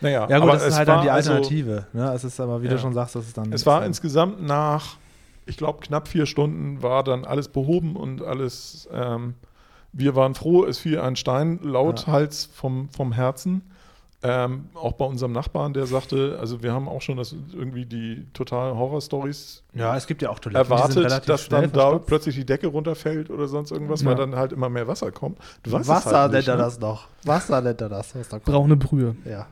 Speaker 2: Naja,
Speaker 1: Ja, gut,
Speaker 2: aber
Speaker 1: das
Speaker 2: es
Speaker 1: ist halt
Speaker 2: war
Speaker 1: dann die
Speaker 2: also-
Speaker 1: Alternative. ne? Es ist aber, wie du
Speaker 2: Ja.
Speaker 1: schon sagst, das ist dann.
Speaker 2: es war insgesamt nach, ich glaube, knapp vier Stunden war dann alles behoben und alles. Ähm, wir waren froh, es fiel ein Stein laut Hals vom, vom Herzen. Ähm, auch bei unserem Nachbarn, der sagte, also wir haben auch schon das irgendwie die totalen Horror-Stories
Speaker 1: Ja, es gibt ja auch Toiletten. die sind relativ
Speaker 2: erwartet, dass
Speaker 1: schnell
Speaker 2: dann da
Speaker 1: verstopft.
Speaker 2: plötzlich die Decke runterfällt oder sonst irgendwas, weil
Speaker 3: Ja.
Speaker 2: dann halt immer mehr Wasser kommt. Du weißt es
Speaker 1: Wasser
Speaker 2: halt
Speaker 1: nennt
Speaker 2: nicht,
Speaker 1: er
Speaker 2: ne?
Speaker 1: das noch. Wasser nennt er das. Was da kommt.
Speaker 3: Brauche eine Brühe.
Speaker 1: Ja.
Speaker 3: Ja.
Speaker 1: ja,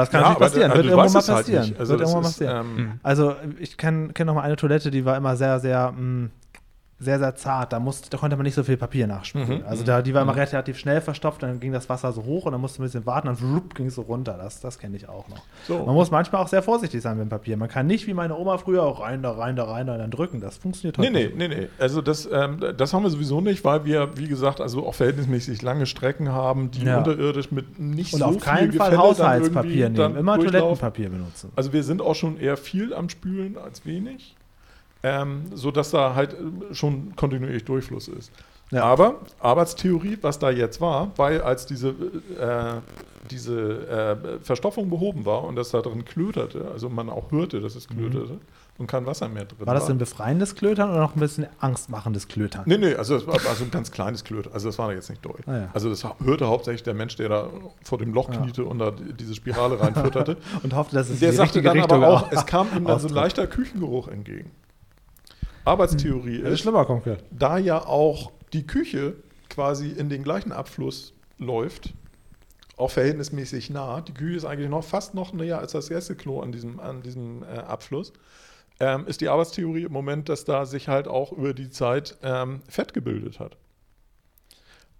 Speaker 1: das kann
Speaker 2: Ja,
Speaker 1: natürlich
Speaker 2: aber
Speaker 1: passieren. Wird
Speaker 2: da- du
Speaker 1: irgendwann
Speaker 2: weißt
Speaker 1: mal
Speaker 2: es halt
Speaker 1: passieren.
Speaker 2: nicht. Also
Speaker 1: Wird
Speaker 2: das
Speaker 1: irgendwann mal
Speaker 2: ist,
Speaker 1: passieren.
Speaker 2: ähm,
Speaker 1: Also ich kenne kenn noch mal eine Toilette, die war immer sehr, sehr, mh, sehr, sehr zart. Da, musste, da konnte man nicht so viel Papier nachspülen.
Speaker 2: Mhm.
Speaker 1: Also da, die war immer relativ schnell verstopft, dann ging das Wasser so hoch und dann musste man ein bisschen warten, dann wrupp, ging es so runter. Das, das kenne ich auch noch.
Speaker 2: So.
Speaker 1: Man muss manchmal auch sehr vorsichtig sein mit dem Papier. Man kann nicht wie meine Oma früher auch rein, da rein, da rein, da dann drücken. Das funktioniert
Speaker 2: Nee,
Speaker 1: heute
Speaker 2: nee, nee, nee. Also das, ähm, das haben wir sowieso nicht, weil wir, wie gesagt, also auch verhältnismäßig lange Strecken haben, die
Speaker 1: Ja.
Speaker 2: unterirdisch mit nicht
Speaker 1: Und
Speaker 2: so
Speaker 1: auf
Speaker 2: viel
Speaker 1: keinen Fall
Speaker 2: Gefälle dann irgendwie
Speaker 1: Haushaltspapier
Speaker 2: dann
Speaker 1: nehmen. Immer
Speaker 2: durchlaufen.
Speaker 1: Toilettenpapier benutzen.
Speaker 2: Also wir sind auch schon eher viel am Spülen als wenig, ähm, sodass da halt äh, schon kontinuierlich Durchfluss ist.
Speaker 1: Ja.
Speaker 2: Aber Arbeitstheorie, was da jetzt war, weil als diese, äh, diese äh, Verstopfung behoben war und das da drin klöterte, also man auch hörte, dass es klöterte und kein Wasser mehr drin war.
Speaker 1: Mhm. War das ein befreiendes Klötern oder noch ein bisschen angstmachendes Klötern? *laughs*
Speaker 2: Nee, nee, also es war war so ein ganz kleines Klöt. Also das war jetzt nicht doll.
Speaker 1: Ah, ja.
Speaker 2: Also das hörte hauptsächlich der Mensch, der da vor dem Loch kniete und da die- diese Spirale
Speaker 1: *laughs*
Speaker 2: reinfütterte.
Speaker 1: Und hoffte, dass es
Speaker 2: der
Speaker 1: die
Speaker 2: sagte
Speaker 1: richtige
Speaker 2: dann
Speaker 1: Richtung
Speaker 2: aber auch,
Speaker 1: auch
Speaker 2: es kam ihm dann so ein
Speaker 1: austritt.
Speaker 2: leichter Küchengeruch entgegen. Arbeitstheorie
Speaker 1: Hätte *laughs*
Speaker 2: ist,
Speaker 1: schlimmer kommen können.
Speaker 2: da ja auch die Küche quasi in den gleichen Abfluss läuft, auch verhältnismäßig nah. Die Küche ist eigentlich noch fast noch näher als das Gästeklo an diesem, an diesem äh, Abfluss. Ähm, ist die Arbeitstheorie im Moment, dass da sich halt auch über die Zeit ähm, Fett gebildet hat.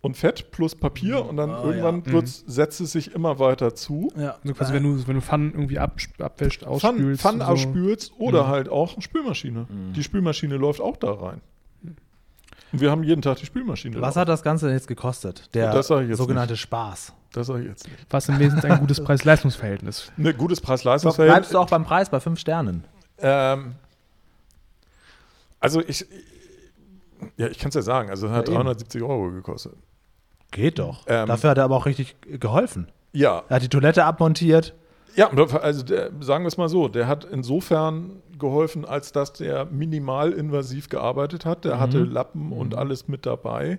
Speaker 2: Und Fett plus Papier und dann
Speaker 1: Ah,
Speaker 2: irgendwann
Speaker 3: ja.
Speaker 2: wird's- setzt es sich immer weiter zu.
Speaker 1: Ja.
Speaker 3: So Also quasi, wenn du, wenn du Pfannen irgendwie absp- abwäscht,
Speaker 2: Pfann,
Speaker 3: ausspülst.
Speaker 2: Pfann
Speaker 3: und so.
Speaker 2: ausspülst oder
Speaker 3: Mhm.
Speaker 2: halt auch Spülmaschine.
Speaker 1: Mhm.
Speaker 2: Die Spülmaschine läuft auch da rein. Und wir haben jeden Tag die Spülmaschine.
Speaker 1: Was
Speaker 2: laufen.
Speaker 1: hat das Ganze denn jetzt gekostet? Der
Speaker 2: Das sag ich jetzt
Speaker 1: sogenannte Spaß.
Speaker 2: Das sage ich jetzt nicht.
Speaker 3: Was im Wesentlichen ein gutes Preis-Leistungs-Verhältnis.
Speaker 2: Ne, gutes
Speaker 1: Bleibst
Speaker 2: Preis-Leistungs-Verhältnis.
Speaker 1: du auch beim Preis bei fünf Sternen?
Speaker 2: Ähm, also ich, ja, ich kann es ja sagen, also es hat
Speaker 1: Ja, eben.
Speaker 2: 370 Euro gekostet.
Speaker 1: Geht doch.
Speaker 2: Ähm.
Speaker 1: Dafür hat er aber auch richtig geholfen.
Speaker 2: Ja,
Speaker 1: Er hat die Toilette abmontiert.
Speaker 2: ja, also der, sagen wir es mal so, der hat insofern geholfen, als dass der minimal invasiv gearbeitet hat.
Speaker 1: Mhm.
Speaker 2: Der hatte Lappen und alles mit dabei.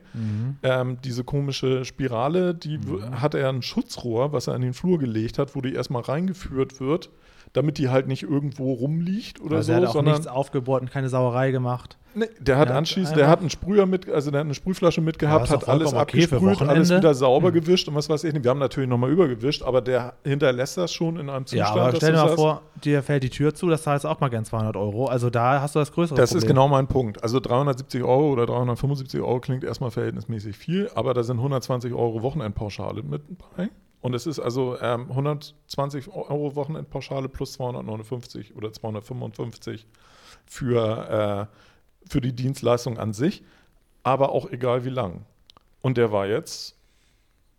Speaker 2: Ähm, diese komische Spirale, die w-
Speaker 1: Mhm.
Speaker 2: hatte er ein Schutzrohr, was er in den Flur gelegt hat, wo die erstmal reingeführt wird, damit die halt nicht irgendwo rumliegt oder
Speaker 1: also
Speaker 2: so,
Speaker 1: er hat auch
Speaker 2: sondern
Speaker 1: nichts aufgebohrt und keine Sauerei gemacht.
Speaker 2: Nee, der hat
Speaker 1: Der hat
Speaker 2: anschließend,
Speaker 1: einfach-
Speaker 2: der hat einen Sprüher mit, also der hat eine Sprühflasche
Speaker 1: Ja,
Speaker 2: mitgehabt,
Speaker 1: ist
Speaker 2: hat
Speaker 1: doch
Speaker 2: alles
Speaker 1: vollkommen okay für
Speaker 2: abgesprüht, alles
Speaker 1: Wochenende. Hm.
Speaker 2: wieder sauber gewischt und was weiß ich nicht. Wir haben natürlich nochmal übergewischt, aber der hinterlässt das schon in einem
Speaker 1: Ja,
Speaker 2: Zustand.
Speaker 1: aber
Speaker 2: dass
Speaker 1: stell
Speaker 2: du
Speaker 1: dir mal
Speaker 2: sagst,
Speaker 1: vor, dir fällt die Tür zu, das zahlst du auch mal gern 200 Euro. Also da hast du das größere
Speaker 2: Das
Speaker 1: Problem.
Speaker 2: ist genau mein Punkt. Also 370 Euro oder 375 Euro klingt erstmal verhältnismäßig viel, aber da sind 120 Euro Wochenendpauschale mit dabei. Und es ist also ähm, 120 Euro Wochenendpauschale plus 259 oder 255 für, äh, für die Dienstleistung an sich, aber auch egal wie lang. Und der war jetzt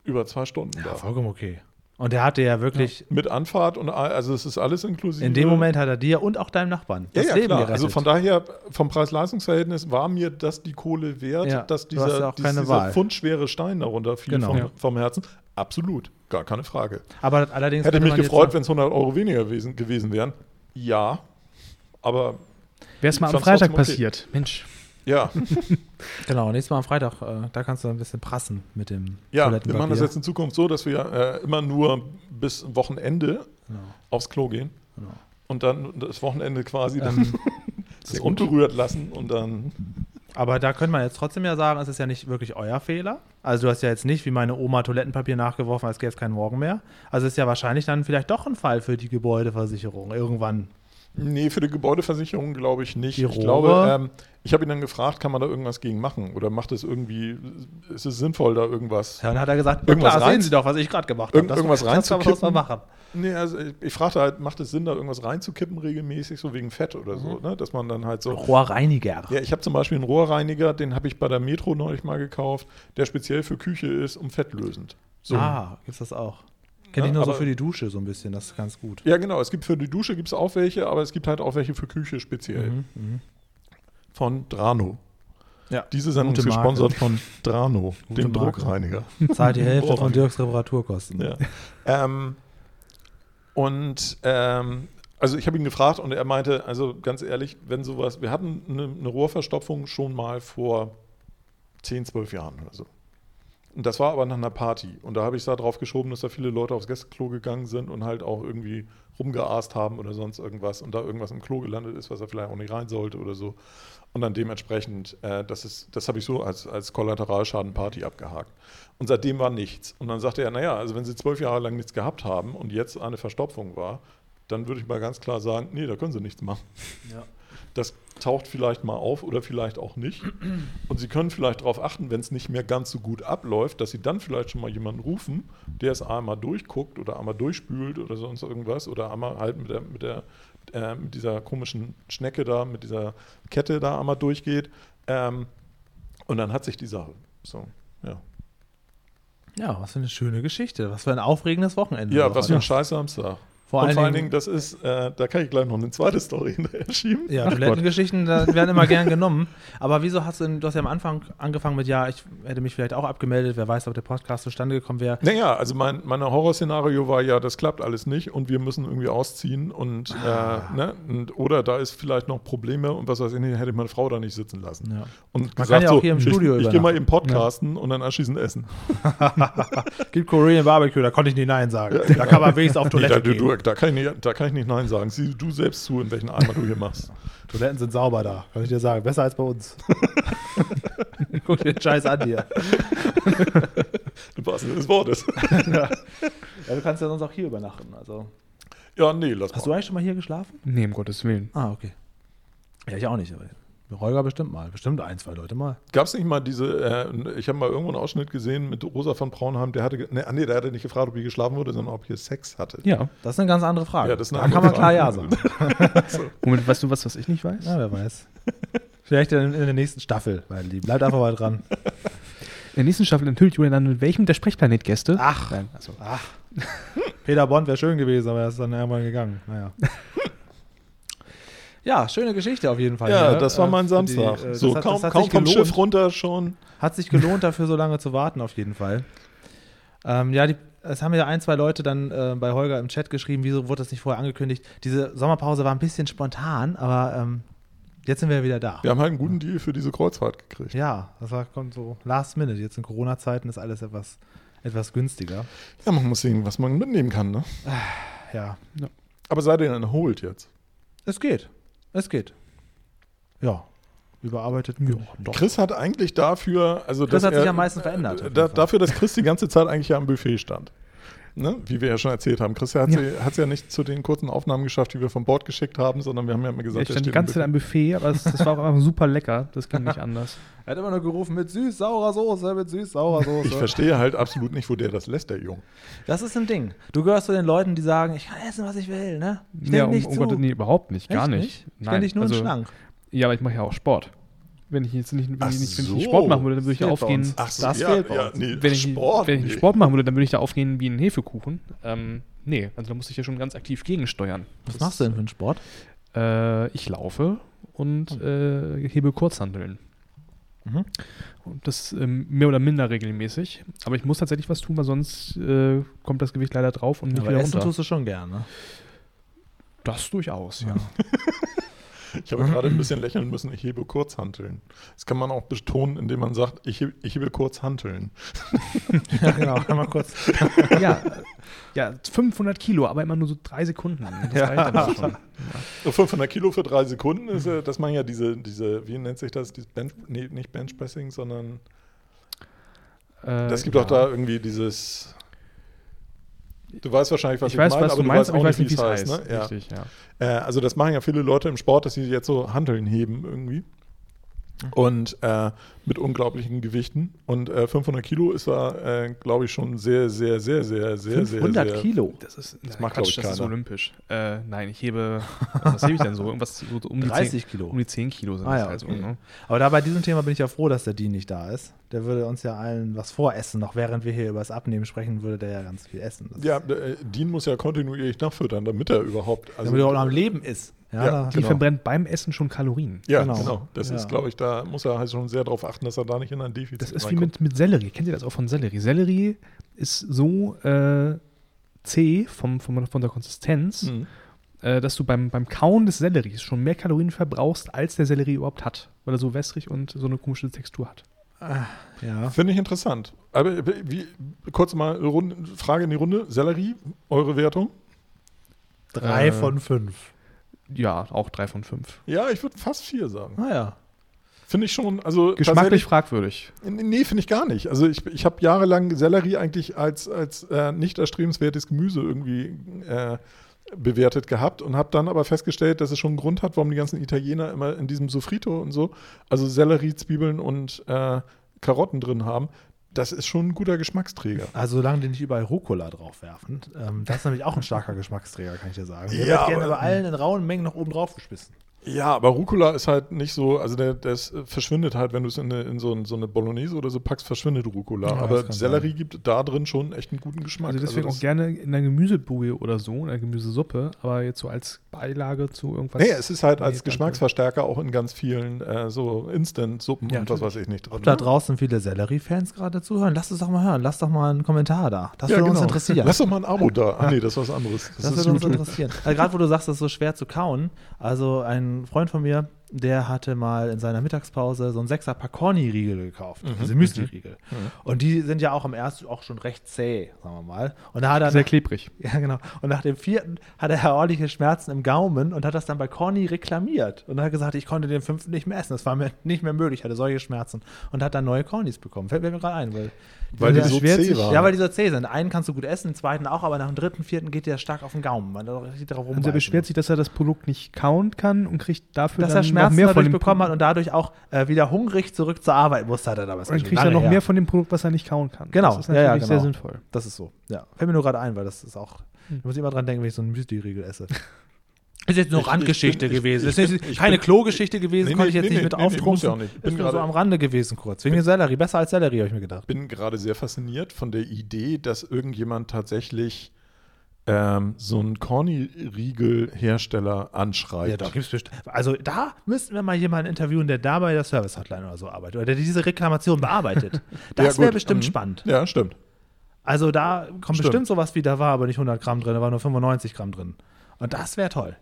Speaker 2: über zwei Stunden
Speaker 1: Ja,
Speaker 2: da.
Speaker 1: vollkommen okay. Und er hatte ja wirklich,
Speaker 2: Mit Anfahrt und all- also es ist alles inklusive.
Speaker 1: in dem Moment hat er dir und auch deinem Nachbarn das
Speaker 2: ja, ja,
Speaker 1: Leben
Speaker 2: klar.
Speaker 1: gerettet.
Speaker 2: Also von daher, vom Preis-Leistungs-Verhältnis war mir das die Kohle wert,
Speaker 1: Ja,
Speaker 2: dass
Speaker 1: du hast
Speaker 2: dieser,
Speaker 1: ja auch
Speaker 2: dies-
Speaker 1: keine
Speaker 2: dieser
Speaker 1: Wahl.
Speaker 2: fundschwere Stein darunter fiel
Speaker 1: Genau.
Speaker 2: vom,
Speaker 1: Ja.
Speaker 2: vom Herzen. Absolut, gar keine Frage.
Speaker 1: aber allerdings
Speaker 2: Hätte
Speaker 1: könnte
Speaker 2: mich
Speaker 1: man jetzt
Speaker 2: gefreut,
Speaker 1: noch-
Speaker 2: wenn es 100 Euro weniger gewesen, gewesen wären. Ja, aber
Speaker 3: Wäre es mal am
Speaker 2: Ich fand's trotzdem
Speaker 3: Freitag
Speaker 2: okay.
Speaker 3: passiert. Mensch.
Speaker 1: *laughs*
Speaker 2: ja,
Speaker 1: Genau, nächstes Mal am Freitag, äh, da kannst du ein bisschen prassen mit dem
Speaker 2: ja wir
Speaker 1: Toilettenpapier.
Speaker 2: machen das jetzt in Zukunft so, dass wir äh, immer nur bis Wochenende
Speaker 1: Genau.
Speaker 2: aufs Klo gehen
Speaker 1: Genau.
Speaker 2: und dann das Wochenende quasi
Speaker 1: *laughs*
Speaker 2: dann
Speaker 1: Ähm,
Speaker 2: das unberührt lassen und dann
Speaker 1: aber da könnte man jetzt trotzdem ja sagen, es ist ja nicht wirklich euer Fehler. Also du hast ja jetzt nicht wie meine Oma Toilettenpapier nachgeworfen, als gäbe es keinen Morgen mehr. Also ist ja wahrscheinlich dann vielleicht doch ein Fall für die Gebäudeversicherung irgendwann.
Speaker 2: Nee, für die Gebäudeversicherung glaube ich nicht.
Speaker 1: Die
Speaker 2: ich glaube,
Speaker 1: Rohre?
Speaker 2: ähm, ich habe ihn dann gefragt, kann man da irgendwas gegen machen? Oder macht es irgendwie, ist es sinnvoll, da irgendwas?
Speaker 1: Ja, dann hat er gesagt,
Speaker 2: Irgendwas
Speaker 1: klar, sehen
Speaker 2: rein-
Speaker 1: Sie doch, was ich gerade gemacht habe.
Speaker 2: Irgend- irgendwas
Speaker 1: Das muss man machen.
Speaker 2: Nee, also ich- ich fragte halt, macht es Sinn, da irgendwas reinzukippen regelmäßig, so wegen Fett oder
Speaker 1: Mhm.
Speaker 2: so, ne? Dass man dann halt so.
Speaker 1: Rohrreiniger.
Speaker 2: Ja, ich habe zum Beispiel einen Rohrreiniger, den habe ich bei der Metro neulich mal gekauft, der speziell für Küche ist und fettlösend. So.
Speaker 1: Ah, gibt's das auch. Kenne
Speaker 2: Ja,
Speaker 1: ich nur so
Speaker 2: aber-
Speaker 1: für die Dusche so ein bisschen, das ist ganz gut.
Speaker 2: Ja, genau. Es gibt für die Dusche gibt's auch welche, aber es gibt halt auch welche für Küche speziell.
Speaker 1: Mhm,
Speaker 2: Von Drano.
Speaker 1: Ja.
Speaker 2: Diese Sendung
Speaker 1: Gute
Speaker 2: ist
Speaker 1: Marke.
Speaker 2: gesponsert von Drano,
Speaker 1: Gute
Speaker 2: dem
Speaker 1: Marke.
Speaker 2: Druckreiniger.
Speaker 1: Zahlt die Hälfte von
Speaker 2: Rohrreiniger.
Speaker 1: Dirks Reparaturkosten.
Speaker 2: Ja. ähm, und ähm, also ich habe ihn gefragt und er meinte, also ganz ehrlich, wenn sowas, wir hatten eine, eine Rohrverstopfung schon mal vor 10, 12 Jahren oder so. Und das war aber nach einer Party. Und da habe ich da drauf geschoben, dass da viele Leute aufs Gästeklo gegangen sind und halt auch irgendwie rumgeaßt haben oder sonst irgendwas und da irgendwas im Klo gelandet ist, was da vielleicht auch nicht rein sollte oder so. Und dann dementsprechend, äh, das, ist, das habe ich so als, als Kollateralschaden Party abgehakt. Und seitdem war nichts. Und dann sagte er, naja, also wenn sie zwölf Jahre lang nichts gehabt haben und jetzt eine Verstopfung war, dann würde ich mal ganz klar sagen, nee, da können sie nichts machen.
Speaker 1: Ja.
Speaker 2: Das taucht vielleicht mal auf oder vielleicht auch nicht. Und sie können vielleicht darauf achten, wenn es nicht mehr ganz so gut abläuft, dass sie dann vielleicht schon mal jemanden rufen, der es einmal durchguckt oder einmal durchspült oder sonst irgendwas oder einmal halt mit der, mit der äh, mit dieser komischen Schnecke da, mit dieser Kette da einmal durchgeht. Ähm, und dann hat sich die Sache. So, ja.
Speaker 1: Ja, was für eine schöne Geschichte. Was für ein aufregendes Wochenende.
Speaker 2: Ja,
Speaker 1: war
Speaker 2: was für ein
Speaker 1: das.
Speaker 2: scheiß Samstag.
Speaker 1: Genau. Vor
Speaker 2: und
Speaker 1: allen
Speaker 2: vor allen Dingen,
Speaker 1: Dingen-
Speaker 2: das ist, äh, da kann ich gleich noch eine zweite Story *laughs* hinterher schieben.
Speaker 1: Ja,
Speaker 3: Ach
Speaker 1: Toilettengeschichten
Speaker 2: *laughs*
Speaker 1: da werden immer gern genommen. Aber wieso hast du, denn- du hast ja am Anfang angefangen mit, ja, ich hätte mich vielleicht auch abgemeldet, wer weiß, ob der Podcast zustande gekommen wäre.
Speaker 2: Naja, also mein, mein Horrorszenario war ja, das klappt alles nicht und wir müssen irgendwie ausziehen und,
Speaker 1: Ah.
Speaker 2: äh, ne? und oder da ist vielleicht noch Probleme und was weiß ich nicht, hätte ich meine Frau da nicht sitzen lassen.
Speaker 1: Ja.
Speaker 2: Und
Speaker 1: kann ja auch hier im Studio
Speaker 2: ich, ich gehe
Speaker 1: übernachten.
Speaker 2: mal eben podcasten und dann
Speaker 1: *laughs*
Speaker 2: anschließend essen.
Speaker 1: Gibt Korean Barbecue, da konnte ich nicht Nein sagen. Da kann man wenigstens auf
Speaker 2: Nee, da,
Speaker 1: Toilette
Speaker 2: du,
Speaker 1: gehen.
Speaker 2: du, da, kann ich nicht, da kann ich nicht Nein sagen. Sieh du selbst zu, in welchen Eimer du
Speaker 1: *laughs*
Speaker 2: hier machst.
Speaker 1: Toiletten sind sauber da, kann ich dir sagen. Besser als bei
Speaker 2: *laughs*
Speaker 1: uns. *laughs* Guck dir den Scheiß an dir.
Speaker 2: Im wahrsten Sinne des Wortes. *laughs*
Speaker 1: Ja, du kannst ja sonst auch hier übernachten. Also.
Speaker 2: Ja, nee, lass
Speaker 1: Hast du
Speaker 2: mal.
Speaker 1: eigentlich schon mal hier geschlafen?
Speaker 3: Nee, um Gottes Willen.
Speaker 1: Ah, okay. Ja, ich auch nicht. Aber Holger bestimmt mal. Bestimmt ein, zwei Leute mal.
Speaker 2: Gab es nicht mal diese, äh, ich habe mal irgendwo einen Ausschnitt gesehen mit Rosa von Braunheim, der hatte, ge- nee, ah, nee, der hatte nicht gefragt, ob hier geschlafen wurde, sondern ob hier Sex hatte.
Speaker 3: Ja.
Speaker 1: Das ist eine ganz andere Frage.
Speaker 2: Ja, das ist eine
Speaker 1: da kann man
Speaker 2: andere
Speaker 1: klar Ja
Speaker 2: Frage.
Speaker 1: sagen.
Speaker 3: Moment, weißt du was, was ich nicht
Speaker 1: *laughs*
Speaker 3: weiß?
Speaker 1: Ja, wer weiß. Vielleicht in, in der nächsten Staffel, mein Lieben. Bleibt einfach mal dran.
Speaker 3: der nächsten Staffel enthüllt Julian dann mit welchem der Sprechplanet-Gäste.
Speaker 1: Ach,
Speaker 3: Nein, also.
Speaker 1: ach. Peter Bond wäre schön gewesen, aber er ist dann irgendwann gegangen. Naja. Ja, schöne Geschichte auf jeden Fall.
Speaker 2: Ja,
Speaker 1: hier.
Speaker 2: das war
Speaker 1: Äh,
Speaker 2: mein
Speaker 1: für
Speaker 2: Samstag.
Speaker 1: Die, äh,
Speaker 2: so,
Speaker 1: das hat,
Speaker 2: kaum,
Speaker 1: das hat
Speaker 2: kaum
Speaker 1: sich
Speaker 2: vom
Speaker 1: gelohnt.
Speaker 2: Schiff runter schon.
Speaker 1: Hat sich gelohnt, dafür so lange zu warten, auf jeden Fall. Ähm, ja, die, es haben ja ein, zwei Leute dann äh, bei Holger im Chat geschrieben, wieso wurde das nicht vorher angekündigt? Diese Sommerpause war ein bisschen spontan, aber ähm, jetzt sind wir ja wieder da.
Speaker 2: Wir haben halt einen guten Deal für diese Kreuzfahrt gekriegt.
Speaker 1: Ja, das war, kommt so last minute. Jetzt in Corona-Zeiten ist alles etwas, etwas günstiger.
Speaker 2: Ja, man muss sehen, was man mitnehmen kann, ne?
Speaker 1: Ja,
Speaker 2: Aber seid ihr dann holt jetzt?
Speaker 1: es geht. Es geht. Ja, überarbeitet. Ja, doch.
Speaker 2: Chris hat eigentlich dafür, also
Speaker 1: Chris hat sich
Speaker 2: er-
Speaker 1: am meisten verändert. auf jeden
Speaker 2: Da,
Speaker 1: Fall.
Speaker 2: dafür, dass Chris die ganze Zeit eigentlich ja am Buffet stand. Ne? Wie wir ja schon erzählt haben. Chris hat es ja. nicht zu den kurzen Aufnahmen geschafft, die wir von Bord geschickt haben, sondern wir haben ja immer gesagt,
Speaker 3: Ich stand die
Speaker 2: steht
Speaker 3: ganze Zeit
Speaker 2: am
Speaker 3: am Buffet, aber es, das war auch einfach super lecker. Das ging nicht anders.
Speaker 1: Er hat immer nur gerufen mit süß-saurer Soße, mit süß-saurer
Speaker 2: Buffet. Ich
Speaker 1: Soße.
Speaker 2: verstehe halt absolut nicht, wo der das lässt, der Junge.
Speaker 1: das ist ein Ding. Du gehörst zu den Leuten, die sagen, ich kann essen, was ich will, ne? Ich
Speaker 3: ja,
Speaker 1: denk
Speaker 3: um, um Gott, nee, überhaupt nicht. also Gar
Speaker 1: Echt
Speaker 3: nicht.
Speaker 1: Ich bin nicht nur ein Schlank.
Speaker 3: Ja, aber ich mache ja auch Sport. Wenn ich jetzt nicht, wenn
Speaker 2: Ach
Speaker 3: ich nicht, wenn ich
Speaker 2: so.
Speaker 3: nicht Sport machen würde, dann würde ich
Speaker 1: Fehlt
Speaker 3: ja
Speaker 1: bei
Speaker 3: aufgehen.
Speaker 1: uns. Das fehlt bei uns.
Speaker 2: nee,
Speaker 3: Wenn ich,
Speaker 2: Sport.
Speaker 3: wenn ich
Speaker 2: nee.
Speaker 3: Sport machen würde, dann würde ich da aufgehen wie ein Hefekuchen. Ähm, nee, also da musste ich ja schon ganz aktiv gegensteuern.
Speaker 1: Was machst du denn für einen Sport?
Speaker 3: Äh, ich laufe und äh, hebe Kurzhandeln.
Speaker 1: Mhm.
Speaker 3: Und das ähm, mehr oder minder regelmäßig. Aber ich muss tatsächlich was tun, weil sonst äh, kommt das Gewicht leider drauf und nicht
Speaker 1: Aber
Speaker 3: wieder
Speaker 1: essen
Speaker 3: runter.
Speaker 1: tust du schon ne? gerne.
Speaker 3: Das durchaus, ja.
Speaker 2: Ich habe gerade ein bisschen lächeln müssen, ich hebe Kurzhanteln. Das kann man auch betonen, indem man sagt, ich hebe, ich hebe Kurzhanteln.
Speaker 1: *laughs* ja, genau. *laughs* Einmal kurz.
Speaker 3: *laughs* ja. Ja, 500 Kilo, aber immer nur so drei Sekunden. Das reicht dann schon.
Speaker 2: So 500 Kilo für drei Sekunden ist ja, dass man ja diese, diese, wie nennt sich das, dieses Bench, nee, nicht Benchpressing, sondern
Speaker 3: Äh,
Speaker 2: Das gibt
Speaker 3: ja.
Speaker 2: auch da irgendwie dieses. Du weißt wahrscheinlich, was
Speaker 3: ich weiß,
Speaker 2: meine,
Speaker 3: was
Speaker 2: aber
Speaker 3: du meinst, aber ich weiß
Speaker 2: auch
Speaker 3: nicht, wie es heißt.
Speaker 2: Ne? Ja.
Speaker 3: Richtig, ja.
Speaker 2: Äh, also das machen ja viele Leute im Sport, dass sie jetzt so Hanteln heben irgendwie. Und äh, mit unglaublichen Gewichten. Und äh, 500 Kilo ist da, äh, glaube ich, schon sehr, sehr, sehr, sehr, sehr, sehr,
Speaker 1: 500
Speaker 2: sehr.
Speaker 1: Kilo.
Speaker 3: Das ist das
Speaker 2: mag, glaub ich,
Speaker 3: Quatsch, das ist
Speaker 2: keiner.
Speaker 3: olympisch. Äh, nein, ich *laughs* hebe, was hebe ich denn so? Irgendwas so um die
Speaker 1: 30
Speaker 3: 10,
Speaker 1: Kilo.
Speaker 3: um die 10 Kilo sind
Speaker 1: Ah,
Speaker 3: das
Speaker 1: ja,
Speaker 3: halt so,
Speaker 1: okay.
Speaker 3: ne?
Speaker 1: Aber da bei diesem Thema bin ich ja froh, dass der Dean nicht da ist. Der würde uns ja allen was voressen. Noch während wir hier über das Abnehmen sprechen, würde der ja ganz viel essen. Das
Speaker 2: Ja,
Speaker 1: ist,
Speaker 2: äh, Dean muss ja kontinuierlich nachfüttern, damit er überhaupt. Also,
Speaker 1: damit er auch noch am Leben ist.
Speaker 2: Ja,
Speaker 1: da-
Speaker 3: Die
Speaker 2: Genau.
Speaker 3: verbrennt beim Essen schon Kalorien.
Speaker 2: ja,
Speaker 1: genau.
Speaker 2: genau. Das
Speaker 1: Ja.
Speaker 2: ist, glaube ich, da muss er halt schon sehr drauf achten, dass er da nicht in ein Defizit
Speaker 3: Das ist wie
Speaker 2: reinkommt.
Speaker 3: mit, mit Sellerie. Kennt ihr das auch von Sellerie? Sellerie ist so äh, zäh vom, vom, von der Konsistenz,
Speaker 2: Mhm.
Speaker 3: äh, dass du beim, beim Kauen des Selleries schon mehr Kalorien verbrauchst, als der Sellerie überhaupt hat. Weil er so wässrig und so eine komische Textur hat.
Speaker 1: ja.
Speaker 2: Mhm. Finde ich interessant. Aber äh, wie, kurz mal Runde, Frage in die Runde. Sellerie, eure Wertung?
Speaker 1: Drei
Speaker 3: Äh.
Speaker 1: von fünf.
Speaker 3: Ja, auch 3 von 5.
Speaker 2: Ja, ich würde fast vier sagen.
Speaker 1: Naja.
Speaker 2: Finde ich schon, also
Speaker 3: Geschmacklich fragwürdig.
Speaker 2: tatsächlich- Nee, finde ich gar nicht. Also ich, ich habe jahrelang Sellerie eigentlich als, als äh, nicht erstrebenswertes Gemüse irgendwie äh, bewertet gehabt und habe dann aber festgestellt, dass es schon einen Grund hat, warum die ganzen Italiener immer in diesem Sofrito und so, also Sellerie, Zwiebeln und äh, Karotten drin haben. Das ist schon ein guter Geschmacksträger.
Speaker 1: Also solange die nicht überall Rucola draufwerfen. Ähm, das ist nämlich auch ein starker Geschmacksträger, kann ich dir sagen.
Speaker 2: Ja,
Speaker 1: wird gerne
Speaker 2: aber-
Speaker 1: bei allen in rauen Mengen noch oben drauf gespissen.
Speaker 2: Ja, aber Rucola ist halt nicht so, also der, das verschwindet halt, wenn du es in, eine- in so, ein, so eine Bolognese oder so packst, verschwindet Rucola.
Speaker 1: Ja, das
Speaker 2: aber
Speaker 1: kann
Speaker 2: Sellerie gibt da drin schon echt einen guten Geschmack.
Speaker 3: Also deswegen
Speaker 2: Also
Speaker 3: auch
Speaker 2: das-
Speaker 3: gerne in einer Gemüsebrühe oder so, in einer Gemüsesuppe, aber jetzt so als Beilage zu irgendwas.
Speaker 2: Nee, es ist halt als
Speaker 3: Nee, danke.
Speaker 2: Geschmacksverstärker auch in ganz vielen äh, so Instant-Suppen
Speaker 1: Ja,
Speaker 2: und was weiß ich nicht drin.
Speaker 1: Ob da
Speaker 2: ne?
Speaker 1: draußen viele Sellerie-Fans gerade zuhören, lasst es doch mal hören. Lasst doch mal einen Kommentar da. Das
Speaker 2: Ja,
Speaker 1: würde uns
Speaker 2: genau.
Speaker 1: interessieren.
Speaker 2: Lass doch mal ein Abo da. Ah, nee, das ist was anderes.
Speaker 1: Das,
Speaker 2: ist
Speaker 1: würde uns
Speaker 2: YouTube.
Speaker 1: interessieren. Also gerade wo du sagst, das ist so schwer zu kauen. Also ein Freund von mir, der hatte mal in seiner Mittagspause so einen Sechserpack Corny-Riegel gekauft. Diese Müsli-Riegel. Und die sind ja auch am ersten auch schon recht zäh, sagen wir mal. Und da hat er
Speaker 3: sehr klebrig.
Speaker 1: *laughs* ja, genau. Und nach dem vierten hatte er ordentliche Schmerzen im Gaumen und hat das dann bei Corny reklamiert. Und hat gesagt, ich konnte den fünften nicht mehr essen. Das war mir *laughs* nicht mehr möglich, ich hatte solche Schmerzen. Und hat dann neue Cornys bekommen. Fällt mir gerade ein, weil.
Speaker 2: Weil die
Speaker 1: sind
Speaker 2: so
Speaker 1: schwer
Speaker 2: zäh
Speaker 1: zu-
Speaker 2: waren.
Speaker 1: Ja, weil die so zäh sind. Einen kannst du gut essen, den zweiten auch, aber nach dem dritten, vierten geht der stark auf den Gaumen. Man da richtig drauf
Speaker 3: Und Also er
Speaker 1: rumbeißen
Speaker 3: beschwert
Speaker 1: muss.
Speaker 3: sich, dass er das Produkt nicht kauen kann und kriegt dafür
Speaker 1: dass
Speaker 3: dann
Speaker 1: er Schmerzen
Speaker 3: noch mehr von
Speaker 1: dadurch
Speaker 3: dem
Speaker 1: bekommen hat und dadurch auch äh, wieder hungrig zurück zur Arbeit musste, hat er damals
Speaker 3: und dann
Speaker 1: geschrieben.
Speaker 3: kriegt er
Speaker 1: Lange
Speaker 3: noch
Speaker 1: her.
Speaker 3: mehr von dem Produkt, was er nicht kauen kann.
Speaker 1: Genau,
Speaker 3: Das
Speaker 1: ja,
Speaker 3: ist
Speaker 1: ja,
Speaker 3: natürlich sehr
Speaker 1: genau.
Speaker 3: sinnvoll.
Speaker 1: Das ist so. Ja. Fällt mir nur gerade ein, weil das ist auch. Da muss ich immer dran denken, wenn ich so einen Müsli-Riegel esse. Hm. *laughs* Ist jetzt nur
Speaker 2: Ich-
Speaker 1: Randgeschichte
Speaker 2: ich bin- ich-
Speaker 1: gewesen. ist
Speaker 2: ich
Speaker 1: jetzt
Speaker 2: bin- ich
Speaker 1: keine
Speaker 2: bin-
Speaker 1: Klogeschichte gewesen,
Speaker 2: Nee,
Speaker 1: konnte
Speaker 2: nee,
Speaker 1: ich jetzt
Speaker 2: nee,
Speaker 1: nicht
Speaker 2: nee,
Speaker 1: mit
Speaker 2: nee, nee,
Speaker 1: aufrufen.
Speaker 2: muss ja auch nicht. Bin
Speaker 1: Ist nur so
Speaker 2: gerade-
Speaker 1: am Rande gewesen kurz. Wegen Sellerie, besser als Sellerie, habe ich mir gedacht.
Speaker 2: bin gerade sehr fasziniert von der Idee, dass irgendjemand tatsächlich ähm, so einen Corny-Riegel-Hersteller anschreibt.
Speaker 1: Ja, da gibt's bestimmt. Also da müssten wir mal jemanden interviewen, der da bei der Service Hotline oder so arbeitet oder der diese Reklamation
Speaker 2: *laughs*
Speaker 1: bearbeitet. Das
Speaker 2: Ja,
Speaker 1: wäre
Speaker 2: gut.
Speaker 1: bestimmt
Speaker 2: Mhm.
Speaker 1: spannend.
Speaker 2: Ja, stimmt.
Speaker 1: Also da kommt
Speaker 2: Stimmt.
Speaker 1: bestimmt sowas wie, da war aber nicht 100 Gramm drin, da war nur 95 Gramm drin. Und das wäre toll.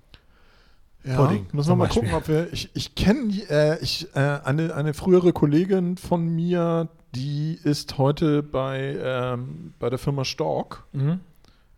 Speaker 2: Ja,
Speaker 1: Pudding
Speaker 2: Müssen wir
Speaker 1: zum
Speaker 2: mal
Speaker 1: Beispiel.
Speaker 2: gucken, ob wir. Ich, ich kenne äh, ich, äh, eine, eine frühere Kollegin von mir, die ist heute bei, ähm, bei der Firma Stork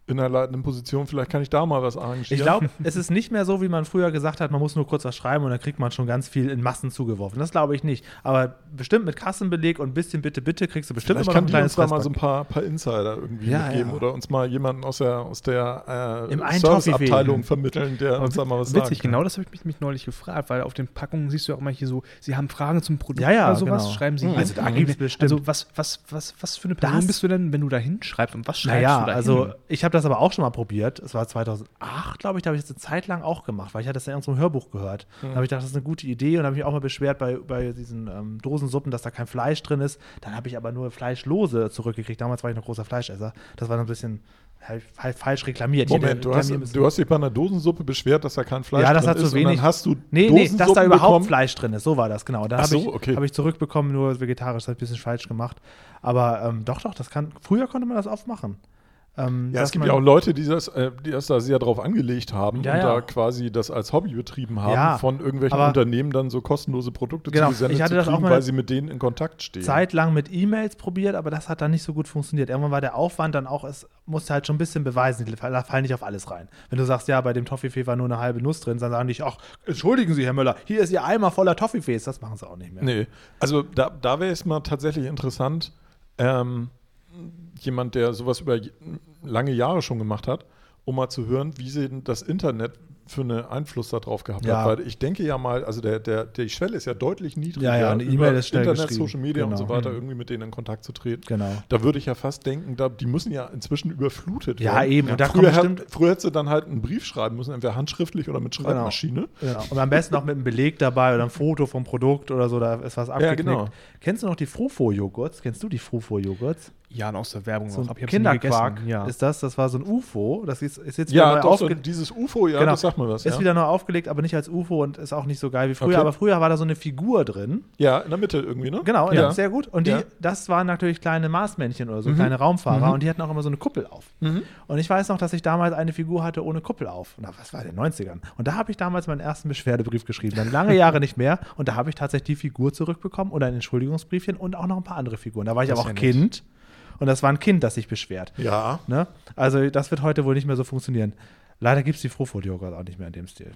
Speaker 2: in einer leitenden Position. Vielleicht kann ich da mal was arrangieren.
Speaker 1: Mhm. Ich glaube, es ist nicht mehr so, wie man früher gesagt hat, man muss nur kurz was schreiben und dann kriegt man schon ganz viel in Massen zugeworfen. Das glaube ich nicht. Aber bestimmt mit Kassenbeleg und ein bisschen bitte, bitte kriegst du bestimmt
Speaker 2: Vielleicht
Speaker 1: immer noch
Speaker 2: kann
Speaker 1: ein
Speaker 2: die uns
Speaker 1: kleines
Speaker 2: da mal so ein
Speaker 1: Fressback.
Speaker 2: paar, paar Insider irgendwie
Speaker 1: Ja,
Speaker 2: mitgeben
Speaker 1: ja.
Speaker 2: oder uns mal jemanden aus der, aus der
Speaker 1: Im
Speaker 2: äh,
Speaker 1: einen
Speaker 2: Serviceabteilung
Speaker 1: Toffifee.
Speaker 2: vermitteln, der uns da mal was
Speaker 3: Witzig,
Speaker 2: sagen
Speaker 3: genau das habe ich mich, mich neulich gefragt, weil auf den Packungen siehst du ja auch mal hier so, sie haben Fragen zum Produkt
Speaker 1: Ja, ja,
Speaker 3: oder sowas,
Speaker 1: genau.
Speaker 3: schreiben sie
Speaker 2: Hm,
Speaker 1: Mhm.
Speaker 3: hier.
Speaker 1: Also da gibt's bestimmt-
Speaker 3: Also was, was, was, was für eine Person
Speaker 1: Das-
Speaker 3: bist du denn, wenn du da hinschreibst und was schreibst
Speaker 1: Naja,
Speaker 3: du da
Speaker 1: also ich habe das aber auch schon mal probiert. Es war 2008, glaube ich, da habe ich das eine Zeit lang auch gemacht, weil ich hatte das in irgendeinem Hörbuch gehört. Da
Speaker 2: Hm.
Speaker 1: habe ich gedacht, das ist eine gute Idee und habe mich auch mal beschwert bei, bei diesen ähm, Dosensuppen, dass da kein Fleisch drin ist. Dann habe ich aber nur Fleischlose zurückgekriegt. Damals war ich noch großer Fleischesser. Das war noch ein bisschen hal- hal- falsch reklamiert. Jeder
Speaker 2: Moment, du hast,
Speaker 1: reklamieren müssen.
Speaker 2: du hast dich bei einer Dosensuppe beschwert, dass da kein Fleisch
Speaker 1: ja, das
Speaker 2: drin
Speaker 1: hat zu
Speaker 2: ist
Speaker 1: wenig.
Speaker 2: und dann hast du
Speaker 1: nee, nee,
Speaker 2: Dosensuppen
Speaker 1: dass da überhaupt
Speaker 2: bekommen.
Speaker 1: Fleisch drin ist. So war das, genau. Da
Speaker 2: Ach
Speaker 1: habe
Speaker 2: so,
Speaker 1: ich,
Speaker 2: okay.
Speaker 1: hab ich zurückbekommen, nur vegetarisch, das habe ich ein bisschen falsch gemacht. Aber ähm, doch, doch, das kann. Früher konnte man das oft machen. Ähm,
Speaker 2: Ja,
Speaker 1: dass
Speaker 2: es gibt
Speaker 1: man-
Speaker 2: ja auch Leute, die das, äh, die das da sehr drauf angelegt haben
Speaker 1: Ja,
Speaker 2: und
Speaker 1: ja.
Speaker 2: da quasi das als Hobby betrieben haben,
Speaker 1: Ja,
Speaker 2: von irgendwelchen
Speaker 1: aber-
Speaker 2: Unternehmen dann so kostenlose Produkte
Speaker 1: Genau,
Speaker 2: zugesendet
Speaker 1: ich hatte
Speaker 2: zu
Speaker 1: das auch
Speaker 2: kriegen,
Speaker 1: mal-
Speaker 2: weil sie mit denen in Kontakt stehen.
Speaker 1: zeitlang mit E-Mails probiert, aber das hat dann nicht so gut funktioniert. Irgendwann war der Aufwand dann auch, es musste halt schon ein bisschen beweisen, die fall- fallen nicht auf alles rein. Wenn du sagst, ja, bei dem Toffifee war nur eine halbe Nuss drin, dann sagen die, ach, entschuldigen Sie, Herr Möller, hier ist Ihr Eimer voller Toffifees, das machen sie auch nicht mehr.
Speaker 2: Nee, also da, da wäre es mal tatsächlich interessant, ähm, jemand, der sowas über j- lange Jahre schon gemacht hat, um mal zu hören, wie sie denn das Internet für einen Einfluss darauf gehabt
Speaker 1: Ja.
Speaker 2: hat. Weil ich denke ja mal, also der, der, die Schwelle ist ja deutlich niedriger,
Speaker 1: Ja, ja, eine
Speaker 2: über
Speaker 1: E-Mail ist schnell
Speaker 2: Internet,
Speaker 1: geschrieben.
Speaker 2: Social Media und so
Speaker 1: Genau.
Speaker 2: weiter irgendwie mit denen in Kontakt zu treten.
Speaker 1: Genau.
Speaker 2: Da würde ich ja fast denken, da, die müssen ja inzwischen überflutet
Speaker 1: Ja,
Speaker 2: werden.
Speaker 1: eben. Und da
Speaker 2: früher,
Speaker 1: kommt
Speaker 2: hat,
Speaker 1: bestimmt-
Speaker 2: früher hättest du dann halt einen Brief schreiben müssen, entweder handschriftlich oder mit Schreibmaschine.
Speaker 1: Genau. Und am besten noch mit einem Beleg dabei oder ein Foto vom Produkt oder so, da ist was abgeknickt.
Speaker 2: genau.
Speaker 1: Kennst du noch die Frufo-Joghurts? Kennst du die Frufo-Joghurts?
Speaker 2: Oh,
Speaker 3: ja, und aus der Werbung
Speaker 1: So
Speaker 3: noch.
Speaker 1: ein
Speaker 3: Aber ich hab's nie
Speaker 1: Kinderquark
Speaker 3: gegessen, ja.
Speaker 1: ist das, das war so ein UFO, das ist, ist jetzt wieder
Speaker 2: Ja,
Speaker 1: neu
Speaker 2: doch, so
Speaker 1: aufge-
Speaker 2: dieses UFO, ja,
Speaker 1: Genau.
Speaker 2: das sagt man was.
Speaker 1: Ist
Speaker 2: ja.
Speaker 1: wieder neu aufgelegt, aber nicht als UFO und ist auch nicht so geil wie früher.
Speaker 2: Okay.
Speaker 1: Aber früher war da so eine Figur drin.
Speaker 2: Ja, in der Mitte irgendwie, ne?
Speaker 1: Genau,
Speaker 2: ja.
Speaker 1: ja. sehr gut. Und die,
Speaker 2: Ja.
Speaker 1: das waren natürlich kleine Marsmännchen oder so,
Speaker 3: Mhm.
Speaker 1: kleine Raumfahrer. Und die hatten auch immer so eine Kuppel auf. Und ich weiß noch, dass ich damals eine Figur hatte ohne Kuppel auf. Na, was war in den 90ern? Und da habe ich damals meinen ersten Beschwerdebrief geschrieben. Dann
Speaker 3: *laughs*
Speaker 1: lange Jahre nicht mehr. Und da habe ich tatsächlich die Figur zurückbekommen und ein Entschuldigungsbriefchen und auch noch ein paar andere Figuren. Da war ich
Speaker 3: Das
Speaker 1: aber auch
Speaker 3: ist ja nett.
Speaker 1: Kind. Und das war ein Kind, das sich beschwert.
Speaker 2: Ja.
Speaker 1: Ne? Also das wird heute wohl nicht mehr so funktionieren. Leider gibt es die Frohfurt-Joghurt auch nicht mehr in dem Stil.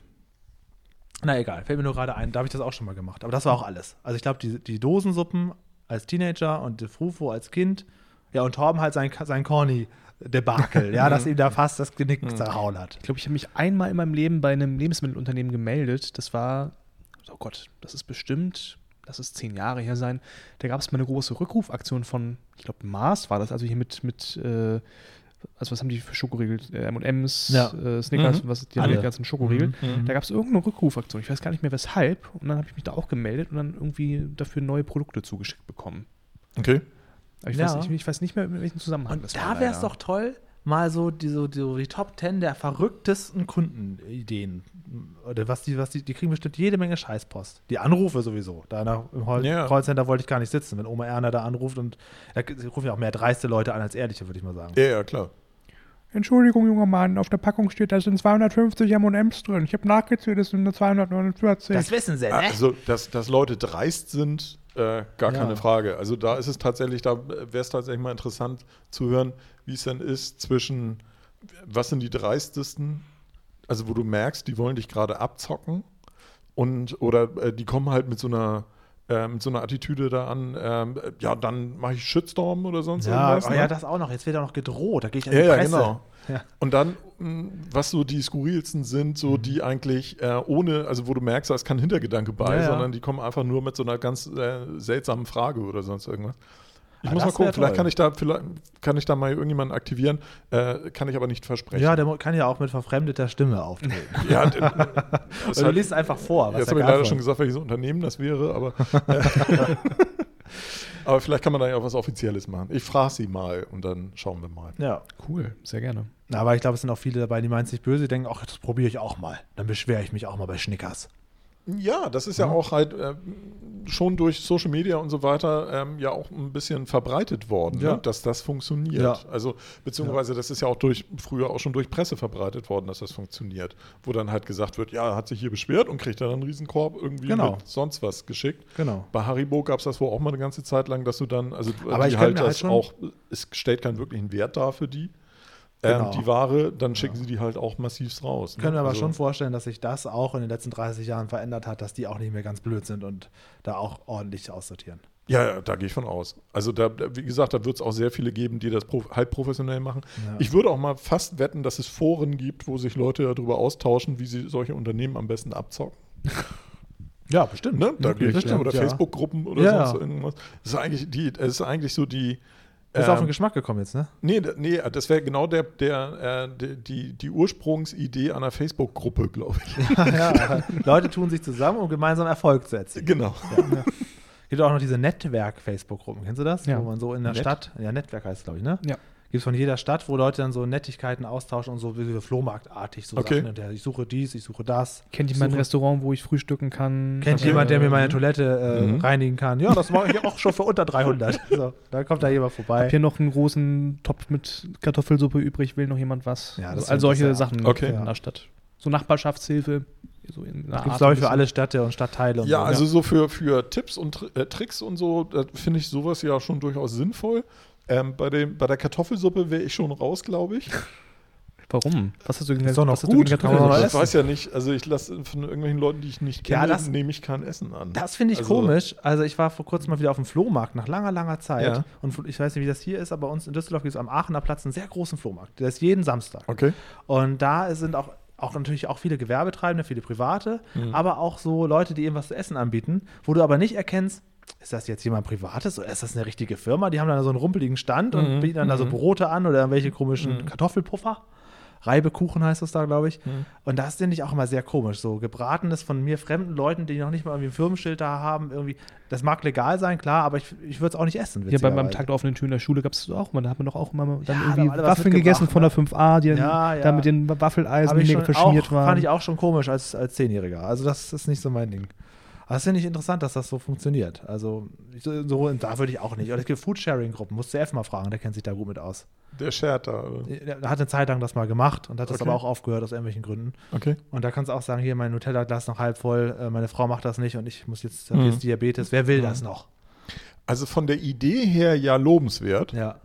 Speaker 1: Na egal, fällt mir nur gerade ein, da habe ich das auch schon mal gemacht. Aber das war auch alles. Also ich glaube, die, die Dosensuppen als Teenager und die Frufo als Kind, ja und Torben halt sein, sein Corny-Debakel,
Speaker 2: *laughs*
Speaker 1: ja, dass ihm da fast das Genick
Speaker 2: Mhm.
Speaker 1: zerhauen hat.
Speaker 3: Ich glaube, ich habe mich einmal in meinem Leben bei einem Lebensmittelunternehmen gemeldet. Das war, oh Gott, das ist bestimmt, das ist zehn Jahre her sein. Da gab es mal eine große Rückrufaktion von, ich glaube, Mars war das, also hier mit, mit äh, also was haben die für Schokoriegel? Äh, MMs,
Speaker 1: Ja.
Speaker 3: äh, Snickers,
Speaker 2: Mhm.
Speaker 3: und was, die
Speaker 1: Alle.
Speaker 3: haben die ganzen Schokoriegel.
Speaker 2: Mhm.
Speaker 3: Da gab es irgendeine Rückrufaktion, ich weiß gar nicht mehr weshalb. Und dann habe ich mich da auch gemeldet und dann irgendwie dafür neue Produkte zugeschickt bekommen.
Speaker 2: Okay.
Speaker 3: Aber ich,
Speaker 1: Ja.
Speaker 3: weiß, ich, ich weiß nicht mehr, in welchem Zusammenhang
Speaker 1: Und
Speaker 3: das war.
Speaker 1: da wäre es
Speaker 3: leider.
Speaker 1: doch toll, mal so die, so, die, so die Top 10 der verrücktesten Kundenideen. Oder was die, was die, die kriegen bestimmt jede Menge Scheißpost. Die Anrufe sowieso. Da nach, im Hol
Speaker 2: Ja.
Speaker 1: Callcenter wollte ich gar nicht sitzen, wenn Oma Erna da anruft und da g- sie rufen ja auch mehr dreiste Leute an als ehrliche, würde ich mal sagen.
Speaker 2: Ja, ja, klar.
Speaker 4: Entschuldigung, junger Mann, auf der Packung steht, da sind 250 M&M's drin. Ich habe nachgezählt, es sind nur 249.
Speaker 1: Das wissen sie, ne?
Speaker 2: Also, dass, dass Leute dreist sind, äh, gar keine Frage. Also, da ist es tatsächlich, da wäre es tatsächlich mal interessant zu hören, wie es denn ist zwischen, was sind die dreistesten, also wo du merkst, die wollen dich gerade abzocken und oder äh, die kommen halt mit so einer äh, mit so einer Attitüde da an, ähm, äh, ja, dann mache ich Shitstorm oder sonst
Speaker 1: ja,
Speaker 2: irgendwas.
Speaker 1: oh
Speaker 2: ne?
Speaker 1: ja, das auch noch. Jetzt wird auch noch gedroht. Da gehe ich an die
Speaker 2: Ja, ja,
Speaker 1: Presse.
Speaker 2: genau.
Speaker 1: Ja.
Speaker 2: Und dann, mh, was so die skurrilsten sind, so
Speaker 1: Mhm.
Speaker 2: die eigentlich äh, ohne, also wo du merkst, da ist kein Hintergedanke bei,
Speaker 1: Ja, ja.
Speaker 2: sondern die kommen einfach nur mit so einer ganz äh, seltsamen Frage oder sonst irgendwas. Ich
Speaker 1: Ah,
Speaker 2: muss
Speaker 1: das
Speaker 2: mal gucken,
Speaker 1: wär
Speaker 2: vielleicht
Speaker 1: toll.
Speaker 2: kann ich da, vielleicht kann ich da mal irgendjemanden aktivieren, äh, kann ich aber nicht versprechen.
Speaker 1: Ja, der mo- kann ja auch mit verfremdeter Stimme auftreten.
Speaker 2: *laughs* ja
Speaker 1: *laughs*
Speaker 2: d- das
Speaker 1: Oder du
Speaker 2: hat-
Speaker 1: liest einfach vor, was
Speaker 2: Jetzt
Speaker 1: er
Speaker 2: habe ich leider
Speaker 1: geantwortet
Speaker 2: schon gesagt, welches Unternehmen das
Speaker 1: *laughs*
Speaker 2: wäre, aber, äh, *laughs* aber vielleicht kann man da ja auch was Offizielles machen. Ich frage sie mal und dann schauen wir mal.
Speaker 1: Ja.
Speaker 3: Cool, sehr gerne.
Speaker 1: Na, Aber ich glaube, es sind auch viele dabei, die meinen sich böse, die denken, ach, das probiere ich auch mal. Dann beschwere ich mich auch mal bei Schnickers.
Speaker 2: Ja, das ist ja
Speaker 1: Mhm.
Speaker 2: auch halt äh, schon durch Social Media und so weiter ähm, ja auch ein bisschen verbreitet worden,
Speaker 1: Ja.
Speaker 2: ne? dass das funktioniert.
Speaker 1: Ja.
Speaker 2: Also beziehungsweise das ist ja auch durch früher auch schon durch Presse verbreitet worden, dass das funktioniert, wo dann halt gesagt wird, ja, hat sich hier beschwert und kriegt dann einen Riesenkorb irgendwie
Speaker 1: Genau.
Speaker 2: mit sonst was geschickt.
Speaker 1: Genau.
Speaker 2: Bei Haribo gab es das wohl auch mal eine ganze Zeit lang, dass du dann, also
Speaker 1: Aber
Speaker 2: die
Speaker 1: ich
Speaker 2: halt
Speaker 1: könnte mir halt
Speaker 2: das
Speaker 1: schon-
Speaker 2: auch, es stellt keinen wirklichen Wert dar für die, ähm,
Speaker 1: Genau.
Speaker 2: die Ware, dann schicken sie die halt auch massivst raus. ne?
Speaker 1: Können wir aber
Speaker 2: Also-
Speaker 1: schon vorstellen, dass sich das auch in den letzten 30 Jahren verändert hat, dass die auch nicht mehr ganz blöd sind und da auch ordentlich aussortieren.
Speaker 2: Ja, ja, da gehe ich von aus. Also da, da- wie gesagt, da wird es auch sehr viele geben, die das prof halb professionell machen.
Speaker 1: Ja.
Speaker 2: Ich würde auch mal fast wetten, dass es Foren gibt, wo sich Leute darüber austauschen, wie sie solche Unternehmen am besten abzocken.
Speaker 1: Ja, bestimmt.
Speaker 2: Ne? Da gehe ich
Speaker 1: das stimmt,
Speaker 2: oder
Speaker 1: ja.
Speaker 2: Facebook-Gruppen oder
Speaker 1: Ja,
Speaker 2: sonst
Speaker 1: ja.
Speaker 2: irgendwas. Das ist eigentlich die, das ist eigentlich so die.
Speaker 1: Ist auf den
Speaker 2: ähm,
Speaker 1: Geschmack gekommen jetzt, ne? *laughs*
Speaker 2: Nee, da- nee, das wäre genau der, der, äh, die- die, die Ursprungsidee einer Facebook-Gruppe, glaube ich. *laughs*
Speaker 1: ja, Leute tun sich zusammen, um gemeinsam Erfolg zu erzielen.
Speaker 2: genau.
Speaker 1: Gibt auch noch diese Netzwerk-Facebook-Gruppen, kennst du das?
Speaker 3: Ja.
Speaker 1: Wo man so in der
Speaker 2: Net-
Speaker 1: Stadt, ja, Netzwerk heißt es, glaube ich, ne?
Speaker 3: Ja.
Speaker 1: Gibt es von jeder Stadt, wo Leute dann so Nettigkeiten austauschen und so wie so flohmarktartig so
Speaker 2: Okay.
Speaker 1: Sachen. Und der, ich suche dies, ich suche das.
Speaker 3: Kennt
Speaker 1: Ich
Speaker 3: jemand ein
Speaker 1: suche-
Speaker 3: Restaurant, wo ich frühstücken kann?
Speaker 1: Kennt
Speaker 3: Also,
Speaker 1: jemand, der mir meine
Speaker 3: äh,
Speaker 1: Toilette äh,
Speaker 2: Mhm.
Speaker 1: reinigen kann? Ja, das mache ich auch schon für unter
Speaker 2: *laughs*
Speaker 1: 300. So, da kommt da jemand vorbei.
Speaker 3: Hab hier noch einen großen Topf mit Kartoffelsuppe übrig, will noch jemand was?
Speaker 1: Ja,
Speaker 3: also,
Speaker 1: das
Speaker 3: all
Speaker 1: wird
Speaker 3: solche
Speaker 1: sehr-
Speaker 3: Sachen
Speaker 2: Okay.
Speaker 3: finden da statt. So Nachbarschaftshilfe. So
Speaker 1: Das
Speaker 3: in einer
Speaker 1: gibt es,
Speaker 3: Art
Speaker 1: glaube
Speaker 3: ein
Speaker 1: ich, für
Speaker 3: bisschen.
Speaker 1: alle Städte und Stadtteile. Und
Speaker 2: Ja,
Speaker 1: so.
Speaker 2: also so für, für Tipps und Tr- äh, Tricks und so, da finde ich sowas ja schon durchaus sinnvoll. Ähm, bei, dem, bei der Kartoffelsuppe wäre ich schon raus, glaube ich.
Speaker 3: Warum? Was hast du gegen
Speaker 1: Ist doch noch
Speaker 3: was hast du gegen
Speaker 1: gut, Oh, kann man
Speaker 3: Kartoffelsuppe?
Speaker 1: mal
Speaker 2: ich
Speaker 1: essen.
Speaker 2: weiß ja nicht, also ich lasse von irgendwelchen Leuten, die ich nicht
Speaker 1: Ja,
Speaker 2: kenne,
Speaker 1: das-
Speaker 2: nehme ich kein Essen an.
Speaker 1: Das finde ich
Speaker 2: Also-
Speaker 1: komisch. Also ich war vor kurzem mal wieder auf dem Flohmarkt nach langer, langer Zeit.
Speaker 2: Ja.
Speaker 1: Und ich weiß nicht, wie das hier ist, aber bei uns in Düsseldorf gibt es am Aachener Platz einen sehr großen Flohmarkt. Der ist jeden Samstag.
Speaker 2: Okay.
Speaker 1: Und da sind auch, auch natürlich auch viele Gewerbetreibende, viele Private,
Speaker 3: Mhm.
Speaker 1: aber auch so Leute, die eben was zu essen anbieten, wo du aber nicht erkennst, ist das jetzt jemand Privates oder ist das eine richtige Firma? Die haben dann da so einen rumpeligen Stand und
Speaker 3: Mhm.
Speaker 1: bieten dann da so Brote an oder irgendwelche komischen Kartoffelpuffer. Reibekuchen heißt das da, glaube ich.
Speaker 3: Mhm.
Speaker 1: Und das finde ich auch immer sehr komisch. So gebratenes von mir fremden Leuten, die noch nicht mal irgendwie ein Firmenschild da haben, irgendwie. Das mag legal sein, klar, aber ich, ich würde es auch nicht essen.
Speaker 3: Hier bei meinem
Speaker 1: witzigerweise.
Speaker 3: Tag der offenen Tür in der Schule gab es das auch mal. Da hat man doch auch immer dann
Speaker 1: da haben
Speaker 3: irgendwie
Speaker 1: alle was
Speaker 3: Waffeln gegessen von der
Speaker 1: mitgebracht, ne?
Speaker 3: 5a, die dann
Speaker 1: Ja, ja.
Speaker 3: da mit den Waffeleisen
Speaker 1: Hab ich
Speaker 3: mega
Speaker 1: schon
Speaker 3: verschmiert
Speaker 1: auch,
Speaker 3: waren.
Speaker 1: Fand ich auch schon komisch als, als Zehnjähriger. Also das ist nicht so mein Ding. Aber das finde ich interessant, dass das so funktioniert. Also ich- so, da würde ich auch nicht. Oder es gibt Foodsharing-Gruppen, musst du F mal fragen, der kennt sich da gut mit aus.
Speaker 2: Der Shared da. oder?
Speaker 1: Er hat eine Zeit lang das mal gemacht und hat das
Speaker 2: Okay.
Speaker 1: aber auch aufgehört aus irgendwelchen Gründen.
Speaker 2: Okay.
Speaker 1: Und da kannst du auch sagen, hier, mein Nutella-Glas noch halb voll, äh, meine Frau macht das nicht und ich muss jetzt, hab
Speaker 2: Mhm.
Speaker 1: jetzt Diabetes. Wer will das noch?
Speaker 2: Also von der Idee her ja lobenswert.
Speaker 1: Ja.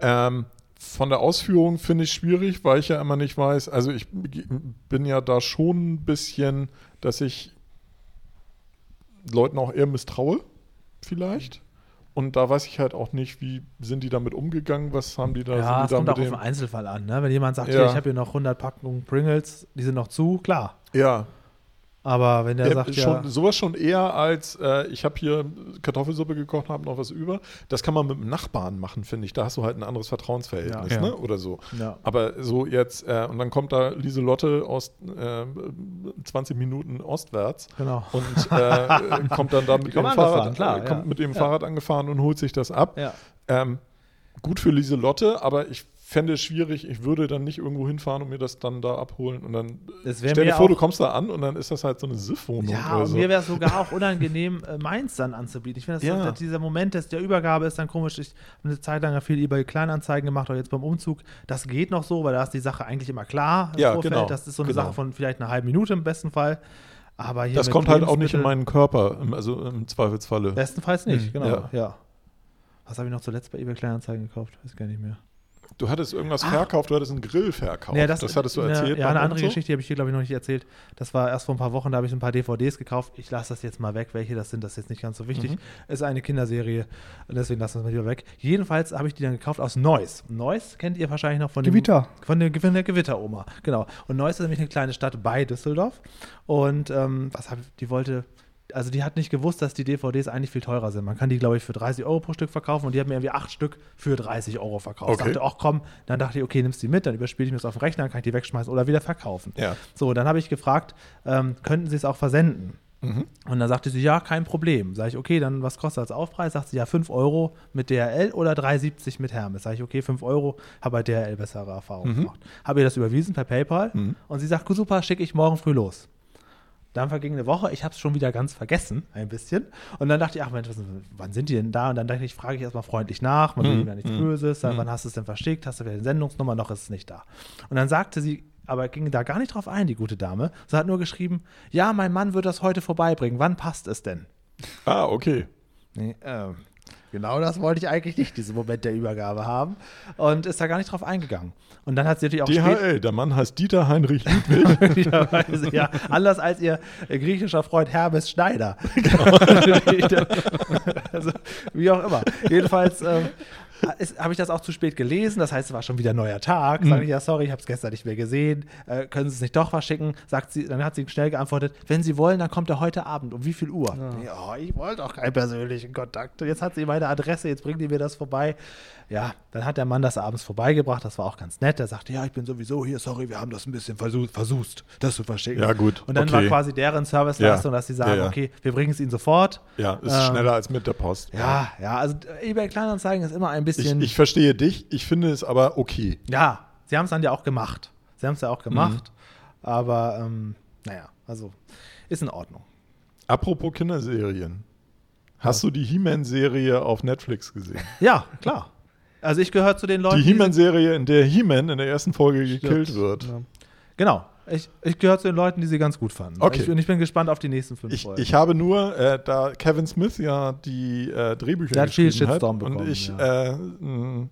Speaker 2: Ähm, von der Ausführung finde ich schwierig, weil ich ja immer nicht weiß. Also ich bin ja da schon ein bisschen, dass ich Leuten auch eher misstraue, vielleicht. Und da weiß ich halt auch nicht, wie sind die damit umgegangen, was haben die da,
Speaker 1: Ja, es
Speaker 2: sind die
Speaker 1: kommt
Speaker 2: da
Speaker 1: auch auf den Einzelfall an. Ne? Wenn jemand sagt,
Speaker 2: Ja.
Speaker 1: hier, ich habe hier noch 100 Packungen Pringles, die sind noch zu, klar.
Speaker 2: Ja,
Speaker 1: Aber wenn der
Speaker 2: Ja,
Speaker 1: sagt,
Speaker 2: schon,
Speaker 1: ja,
Speaker 2: sowas schon eher als äh, ich habe hier Kartoffelsuppe gekocht, habe noch was über. Das kann man mit dem Nachbarn machen, finde ich. Da hast du halt ein anderes Vertrauensverhältnis,
Speaker 3: Ja. Ja.
Speaker 2: ne? Oder so.
Speaker 1: ja.
Speaker 2: Aber so jetzt äh, und dann kommt da Lieselotte aus äh, 20 Minuten ostwärts
Speaker 1: genau.
Speaker 2: und
Speaker 1: *laughs*
Speaker 2: äh, kommt dann da mit
Speaker 1: kommen
Speaker 2: ihrem
Speaker 1: angefahren,
Speaker 2: Fahrrad,
Speaker 1: klar,
Speaker 2: äh, kommt
Speaker 1: ja.
Speaker 2: mit dem Fahrrad angefahren und holt sich das ab.
Speaker 1: Ja.
Speaker 2: Ähm, gut für Lieselotte, aber ich fände es schwierig, ich würde dann nicht irgendwo hinfahren und mir das dann da abholen und dann
Speaker 1: Das wär
Speaker 2: stell dir
Speaker 1: mir
Speaker 2: vor,
Speaker 1: auch-
Speaker 2: du kommst da an und dann ist das halt so eine Siffwohnung
Speaker 1: Ja,
Speaker 2: oder
Speaker 1: und
Speaker 2: so.
Speaker 1: mir wäre es sogar auch unangenehm, äh, meins dann anzubieten. Ich finde, das
Speaker 2: Ja.
Speaker 1: dass dieser Moment des, der Übergabe ist dann komisch. Ich habe eine Zeit lang ja viel eBay Kleinanzeigen gemacht, auch jetzt beim Umzug. Das geht noch so, weil da ist die Sache eigentlich immer klar. im
Speaker 2: Ja, genau,
Speaker 1: Das ist so eine
Speaker 2: genau.
Speaker 1: Sache von vielleicht einer halben Minute im besten Fall. Aber hier
Speaker 2: das
Speaker 1: mit
Speaker 2: kommt halt auch nicht in
Speaker 1: Lebensmittel-
Speaker 2: meinen Körper, im- also im Zweifelsfalle.
Speaker 1: Bestenfalls nicht,
Speaker 3: Mhm.
Speaker 1: genau.
Speaker 2: Ja.
Speaker 1: Ja. Was habe ich noch zuletzt bei eBay Kleinanzeigen gekauft? Weiß gar nicht mehr.
Speaker 2: Du hattest irgendwas
Speaker 1: Ach.
Speaker 2: verkauft, du hattest einen Grill verkauft.
Speaker 1: Ah. Ja,
Speaker 2: das, hattest du erzählt.
Speaker 1: Ja,
Speaker 2: beim
Speaker 1: eine andere
Speaker 2: Umzug?
Speaker 1: Geschichte, die habe ich hier, glaube ich, noch nicht erzählt. Das war erst vor ein paar Wochen, da habe ich so ein paar DVDs gekauft. Ich lasse das jetzt mal weg. Welche das sind, das ist jetzt nicht ganz so
Speaker 2: Mhm.
Speaker 1: wichtig. Ist eine Kinderserie und deswegen lassen wir es mal lieber weg. Jedenfalls habe ich die dann gekauft aus Neuss. Neuss kennt ihr wahrscheinlich noch von dem-
Speaker 4: Gewitter.
Speaker 1: Von der, von der Gewitteroma, genau. Und Neuss ist nämlich eine kleine Stadt bei Düsseldorf. Und ähm, was hab, die wollte also die hat nicht gewusst, dass die DVDs eigentlich viel teurer sind. Man kann die, glaube ich, für 30 Euro pro Stück verkaufen und die hat mir irgendwie acht Stück für 30 Euro verkauft.
Speaker 2: Okay.
Speaker 1: Ich dachte, oh, ach komm, dann dachte ich, okay, nimmst die mit, dann überspiele ich mir das auf dem Rechner, dann kann ich die wegschmeißen oder wieder verkaufen.
Speaker 2: Ja.
Speaker 1: So, dann habe ich gefragt, ähm, könnten sie es auch versenden?
Speaker 2: Mhm.
Speaker 1: Und dann sagte sie, ja, kein Problem. Sag ich, okay, dann was kostet das Aufpreis? Sagt sie, ja, 5 Euro mit DHL oder 3,70 mit Hermes. Sag ich, okay, 5 Euro, habe halt bei DHL bessere Erfahrungen
Speaker 2: Mhm.
Speaker 1: gemacht. Habe ihr das überwiesen per PayPal
Speaker 2: Mhm.
Speaker 1: und sie sagt, gut, super, schicke ich morgen früh los. Dann verging eine Woche, ich habe es schon wieder ganz vergessen, ein bisschen. Und dann dachte ich, ach Mensch, was, wann sind die denn da? Und dann dachte ich, frage ich erstmal freundlich nach, man will
Speaker 2: Mhm.
Speaker 1: ihm ja nichts
Speaker 2: Mhm.
Speaker 1: Böses, dann, wann hast du es denn verschickt, hast du wieder eine Sendungsnummer, noch ist es nicht da. Und dann sagte sie, aber ging da gar nicht drauf ein, die gute Dame. Sie hat nur geschrieben, ja, mein Mann wird das heute vorbeibringen, wann passt es denn?
Speaker 2: Ah, okay.
Speaker 1: Nee, ähm, genau das wollte ich eigentlich nicht, diesen Moment der Übergabe haben. Und ist da gar nicht drauf eingegangen. Und dann hat sie natürlich auch spät-
Speaker 2: DHL, der Mann heißt Dieter Heinrich Ludwig.
Speaker 1: möglicherweise, ja. Anders als ihr griechischer Freund Hermes Schneider. *laughs* also, wie auch immer. Jedenfalls ähm, ist- habe ich das auch zu spät gelesen. Das heißt, es war schon wieder neuer Tag.
Speaker 2: Mhm.
Speaker 1: Sage ich, ja, sorry, ich habe es gestern nicht mehr gesehen. Äh, können Sie es nicht doch verschicken? Sagt sie, dann hat sie schnell geantwortet, wenn Sie wollen, dann kommt er heute Abend. Um wie viel Uhr? Ja, ich wollte doch keinen persönlichen Kontakt. Jetzt hat sie meine Adresse, jetzt bringt die mir das vorbei. Ja, dann hat der Mann das abends vorbeigebracht, das war auch ganz nett. Er sagte, ja, ich bin sowieso hier, sorry, wir haben das ein bisschen versucht, versucht das zu verschicken.
Speaker 2: Ja, gut,
Speaker 1: Und dann
Speaker 2: okay.
Speaker 1: war quasi deren Serviceleistung,
Speaker 2: Ja,
Speaker 1: dass sie sagen,
Speaker 2: ja, ja.
Speaker 1: okay, wir bringen es ihnen sofort.
Speaker 2: Ja, ist
Speaker 1: Ähm,
Speaker 2: schneller als mit der Post.
Speaker 1: Ja, ja, also eBay Kleinanzeigen ist immer ein
Speaker 2: Ich,
Speaker 1: bisschen.
Speaker 2: ich verstehe dich, ich finde es aber okay.
Speaker 1: ja, sie haben es dann ja auch gemacht. Sie haben es ja
Speaker 2: Mhm.
Speaker 1: auch gemacht. Aber ähm, naja, also ist in Ordnung.
Speaker 2: Apropos Kinderserien. Hast du die He-Man-Serie auf Netflix gesehen?
Speaker 1: Ja, klar. Also ich gehöre zu den Leuten.
Speaker 2: Die
Speaker 1: die-
Speaker 2: He-Man-Serie, in der He-Man in der ersten Folge gekillt wird.
Speaker 3: Ja.
Speaker 1: Genau. Ich, ich gehöre zu den Leuten, die sie ganz gut fanden.
Speaker 2: Okay.
Speaker 1: Ich, und ich bin gespannt auf die nächsten fünf
Speaker 2: Ich,
Speaker 1: Folgen.
Speaker 2: ich habe nur, äh, da Kevin Smith ja die äh, Drehbücher
Speaker 1: Der hat viel
Speaker 2: geschrieben
Speaker 1: Shitstorm
Speaker 2: hat und
Speaker 1: bekommen,
Speaker 2: ich
Speaker 1: ja.
Speaker 2: äh, mh,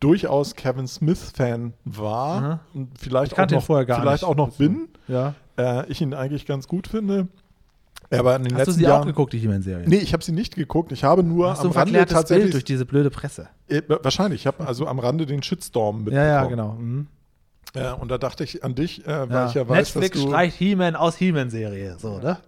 Speaker 2: durchaus Kevin Smith-Fan war
Speaker 1: Aha.
Speaker 2: und vielleicht,
Speaker 1: Ich
Speaker 2: auch
Speaker 1: kannte ihn
Speaker 2: noch,
Speaker 1: vorher gar
Speaker 2: vielleicht
Speaker 1: nicht.
Speaker 2: auch noch bin,
Speaker 1: ja.
Speaker 2: äh, ich ihn eigentlich ganz gut finde. Aber in den
Speaker 1: Hast du
Speaker 2: letzten
Speaker 1: sie
Speaker 2: Jahren,
Speaker 1: auch geguckt, die He-Man-Serie?
Speaker 2: Nee, ich habe sie nicht geguckt. Ich habe nur
Speaker 1: Hast du
Speaker 2: am
Speaker 1: ein
Speaker 2: Rande
Speaker 1: verklärtes Bild durch
Speaker 2: tatsächlich.
Speaker 1: diese blöde Presse?
Speaker 2: Äh, wahrscheinlich. Ich habe also am Rande den Shitstorm
Speaker 1: Ja,
Speaker 2: mitbekommen.
Speaker 1: ja, genau. Mhm.
Speaker 2: Äh, und da dachte ich an dich, äh, weil
Speaker 1: Ja.
Speaker 2: ich ja weiß,
Speaker 1: Netflix
Speaker 2: dass du.
Speaker 1: streicht He-Man aus He-Man-Serie, so, ne?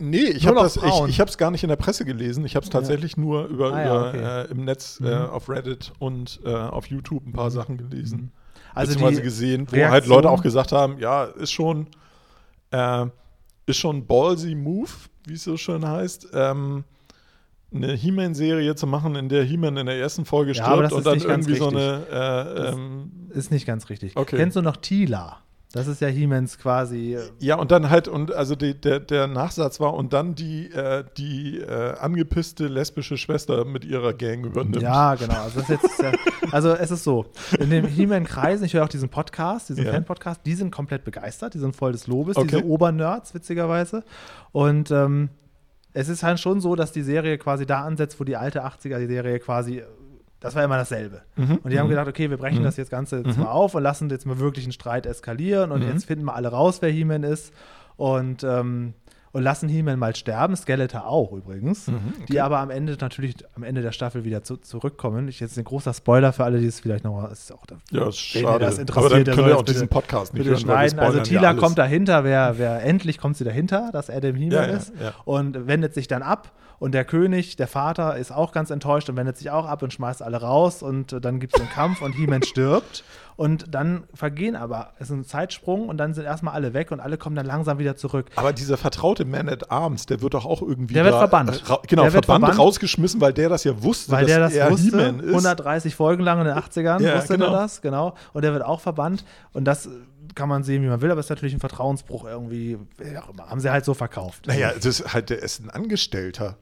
Speaker 2: Nee, ich
Speaker 1: Nur
Speaker 2: habe
Speaker 1: noch
Speaker 2: das, ich,
Speaker 1: Frauen.
Speaker 2: ich habe es gar nicht in der Presse gelesen. Ich habe es tatsächlich nur über,
Speaker 1: Ah, ja, Mhm.
Speaker 2: über äh, im Netz äh, auf Reddit und äh, auf YouTube ein paar Sachen gelesen,
Speaker 1: Also
Speaker 2: beziehungsweise
Speaker 1: die
Speaker 2: gesehen, wo halt
Speaker 1: Reaktion-
Speaker 2: Leute auch gesagt haben, ja, ist schon, äh, ist schon ballsy Move, wie es so schön heißt. Ähm, eine He-Man-Serie zu machen, in der He-Man in der ersten Folge
Speaker 1: Ja, aber das
Speaker 2: stirbt und
Speaker 1: ist
Speaker 2: dann
Speaker 1: nicht ganz
Speaker 2: irgendwie so eine äh, ähm,
Speaker 1: ist nicht ganz richtig.
Speaker 2: Okay.
Speaker 1: Kennst du noch Tila? Das ist ja He-Mans quasi. äh,
Speaker 2: Ja, und dann halt, und also die, der, der Nachsatz war, und dann die, äh, die äh, angepisste lesbische Schwester mit ihrer Gang übernimmt.
Speaker 1: Ja, genau. Also, das ist jetzt, ja, also es ist so, in den He-Man-Kreisen, ich höre auch diesen Podcast, diesen
Speaker 2: Ja.
Speaker 1: Fan-Podcast, die sind komplett begeistert, die sind voll des Lobes,
Speaker 2: Okay.
Speaker 1: diese Obernerds, witzigerweise. Und ähm, es ist halt schon so, dass die Serie quasi da ansetzt, wo die alte 80er-Serie quasi, äh, das war immer dasselbe.
Speaker 2: Mhm.
Speaker 1: Und die haben gedacht, okay, wir brechen das jetzt Ganze jetzt mal auf und lassen jetzt mal wirklich einen Streit eskalieren und jetzt finden wir alle raus, wer He-Man ist. Und, ähm, und lassen He-Man mal sterben, Skeletor auch übrigens, die aber am Ende natürlich am Ende der Staffel wieder zu, zurückkommen. Ich jetzt ein großer Spoiler für alle, die es vielleicht noch ist auch der
Speaker 2: Ja, ist
Speaker 1: Wen
Speaker 2: schade.
Speaker 1: das interessiert,
Speaker 2: Aber dann
Speaker 1: der
Speaker 2: können
Speaker 1: soll
Speaker 2: wir auch
Speaker 1: jetzt
Speaker 2: diesen
Speaker 1: bitte-
Speaker 2: Podcast nicht
Speaker 1: bitte
Speaker 2: hören, weil wir
Speaker 1: schneiden. Also
Speaker 2: spoilern ja
Speaker 1: Tila
Speaker 2: alles.
Speaker 1: kommt dahinter, wer, wer endlich kommt sie dahinter, dass Adam
Speaker 2: Ja,
Speaker 1: He-Man
Speaker 2: ja,
Speaker 1: ist
Speaker 2: ja.
Speaker 1: und wendet sich dann ab und der König, der Vater, ist auch ganz enttäuscht und wendet sich auch ab und schmeißt alle raus und äh, dann gibt es einen Kampf und
Speaker 2: *laughs*
Speaker 1: He-Man stirbt und dann vergehen aber, es ist ein Zeitsprung und dann sind erstmal alle weg und alle kommen dann langsam wieder zurück.
Speaker 2: Aber dieser vertraute Man at Arms, der wird doch auch irgendwie.
Speaker 1: Der wird
Speaker 2: da-
Speaker 1: verbannt.
Speaker 2: Ra genau,
Speaker 1: Der wird
Speaker 2: verbannt,
Speaker 1: verbannt.
Speaker 2: rausgeschmissen, weil der das ja wusste,
Speaker 1: Weil der das
Speaker 2: er
Speaker 1: wusste,
Speaker 2: He-Man ist.
Speaker 1: 130 Folgen lang in den 80ern
Speaker 2: Ja,
Speaker 1: wusste
Speaker 2: genau.
Speaker 1: der das, genau. Und der wird auch verbannt. Und das äh, kann man sehen, wie man will, aber es ist natürlich ein Vertrauensbruch irgendwie, wie auch immer. Haben sie halt so verkauft.
Speaker 2: Naja, das ist halt, der ist ein Angestellter.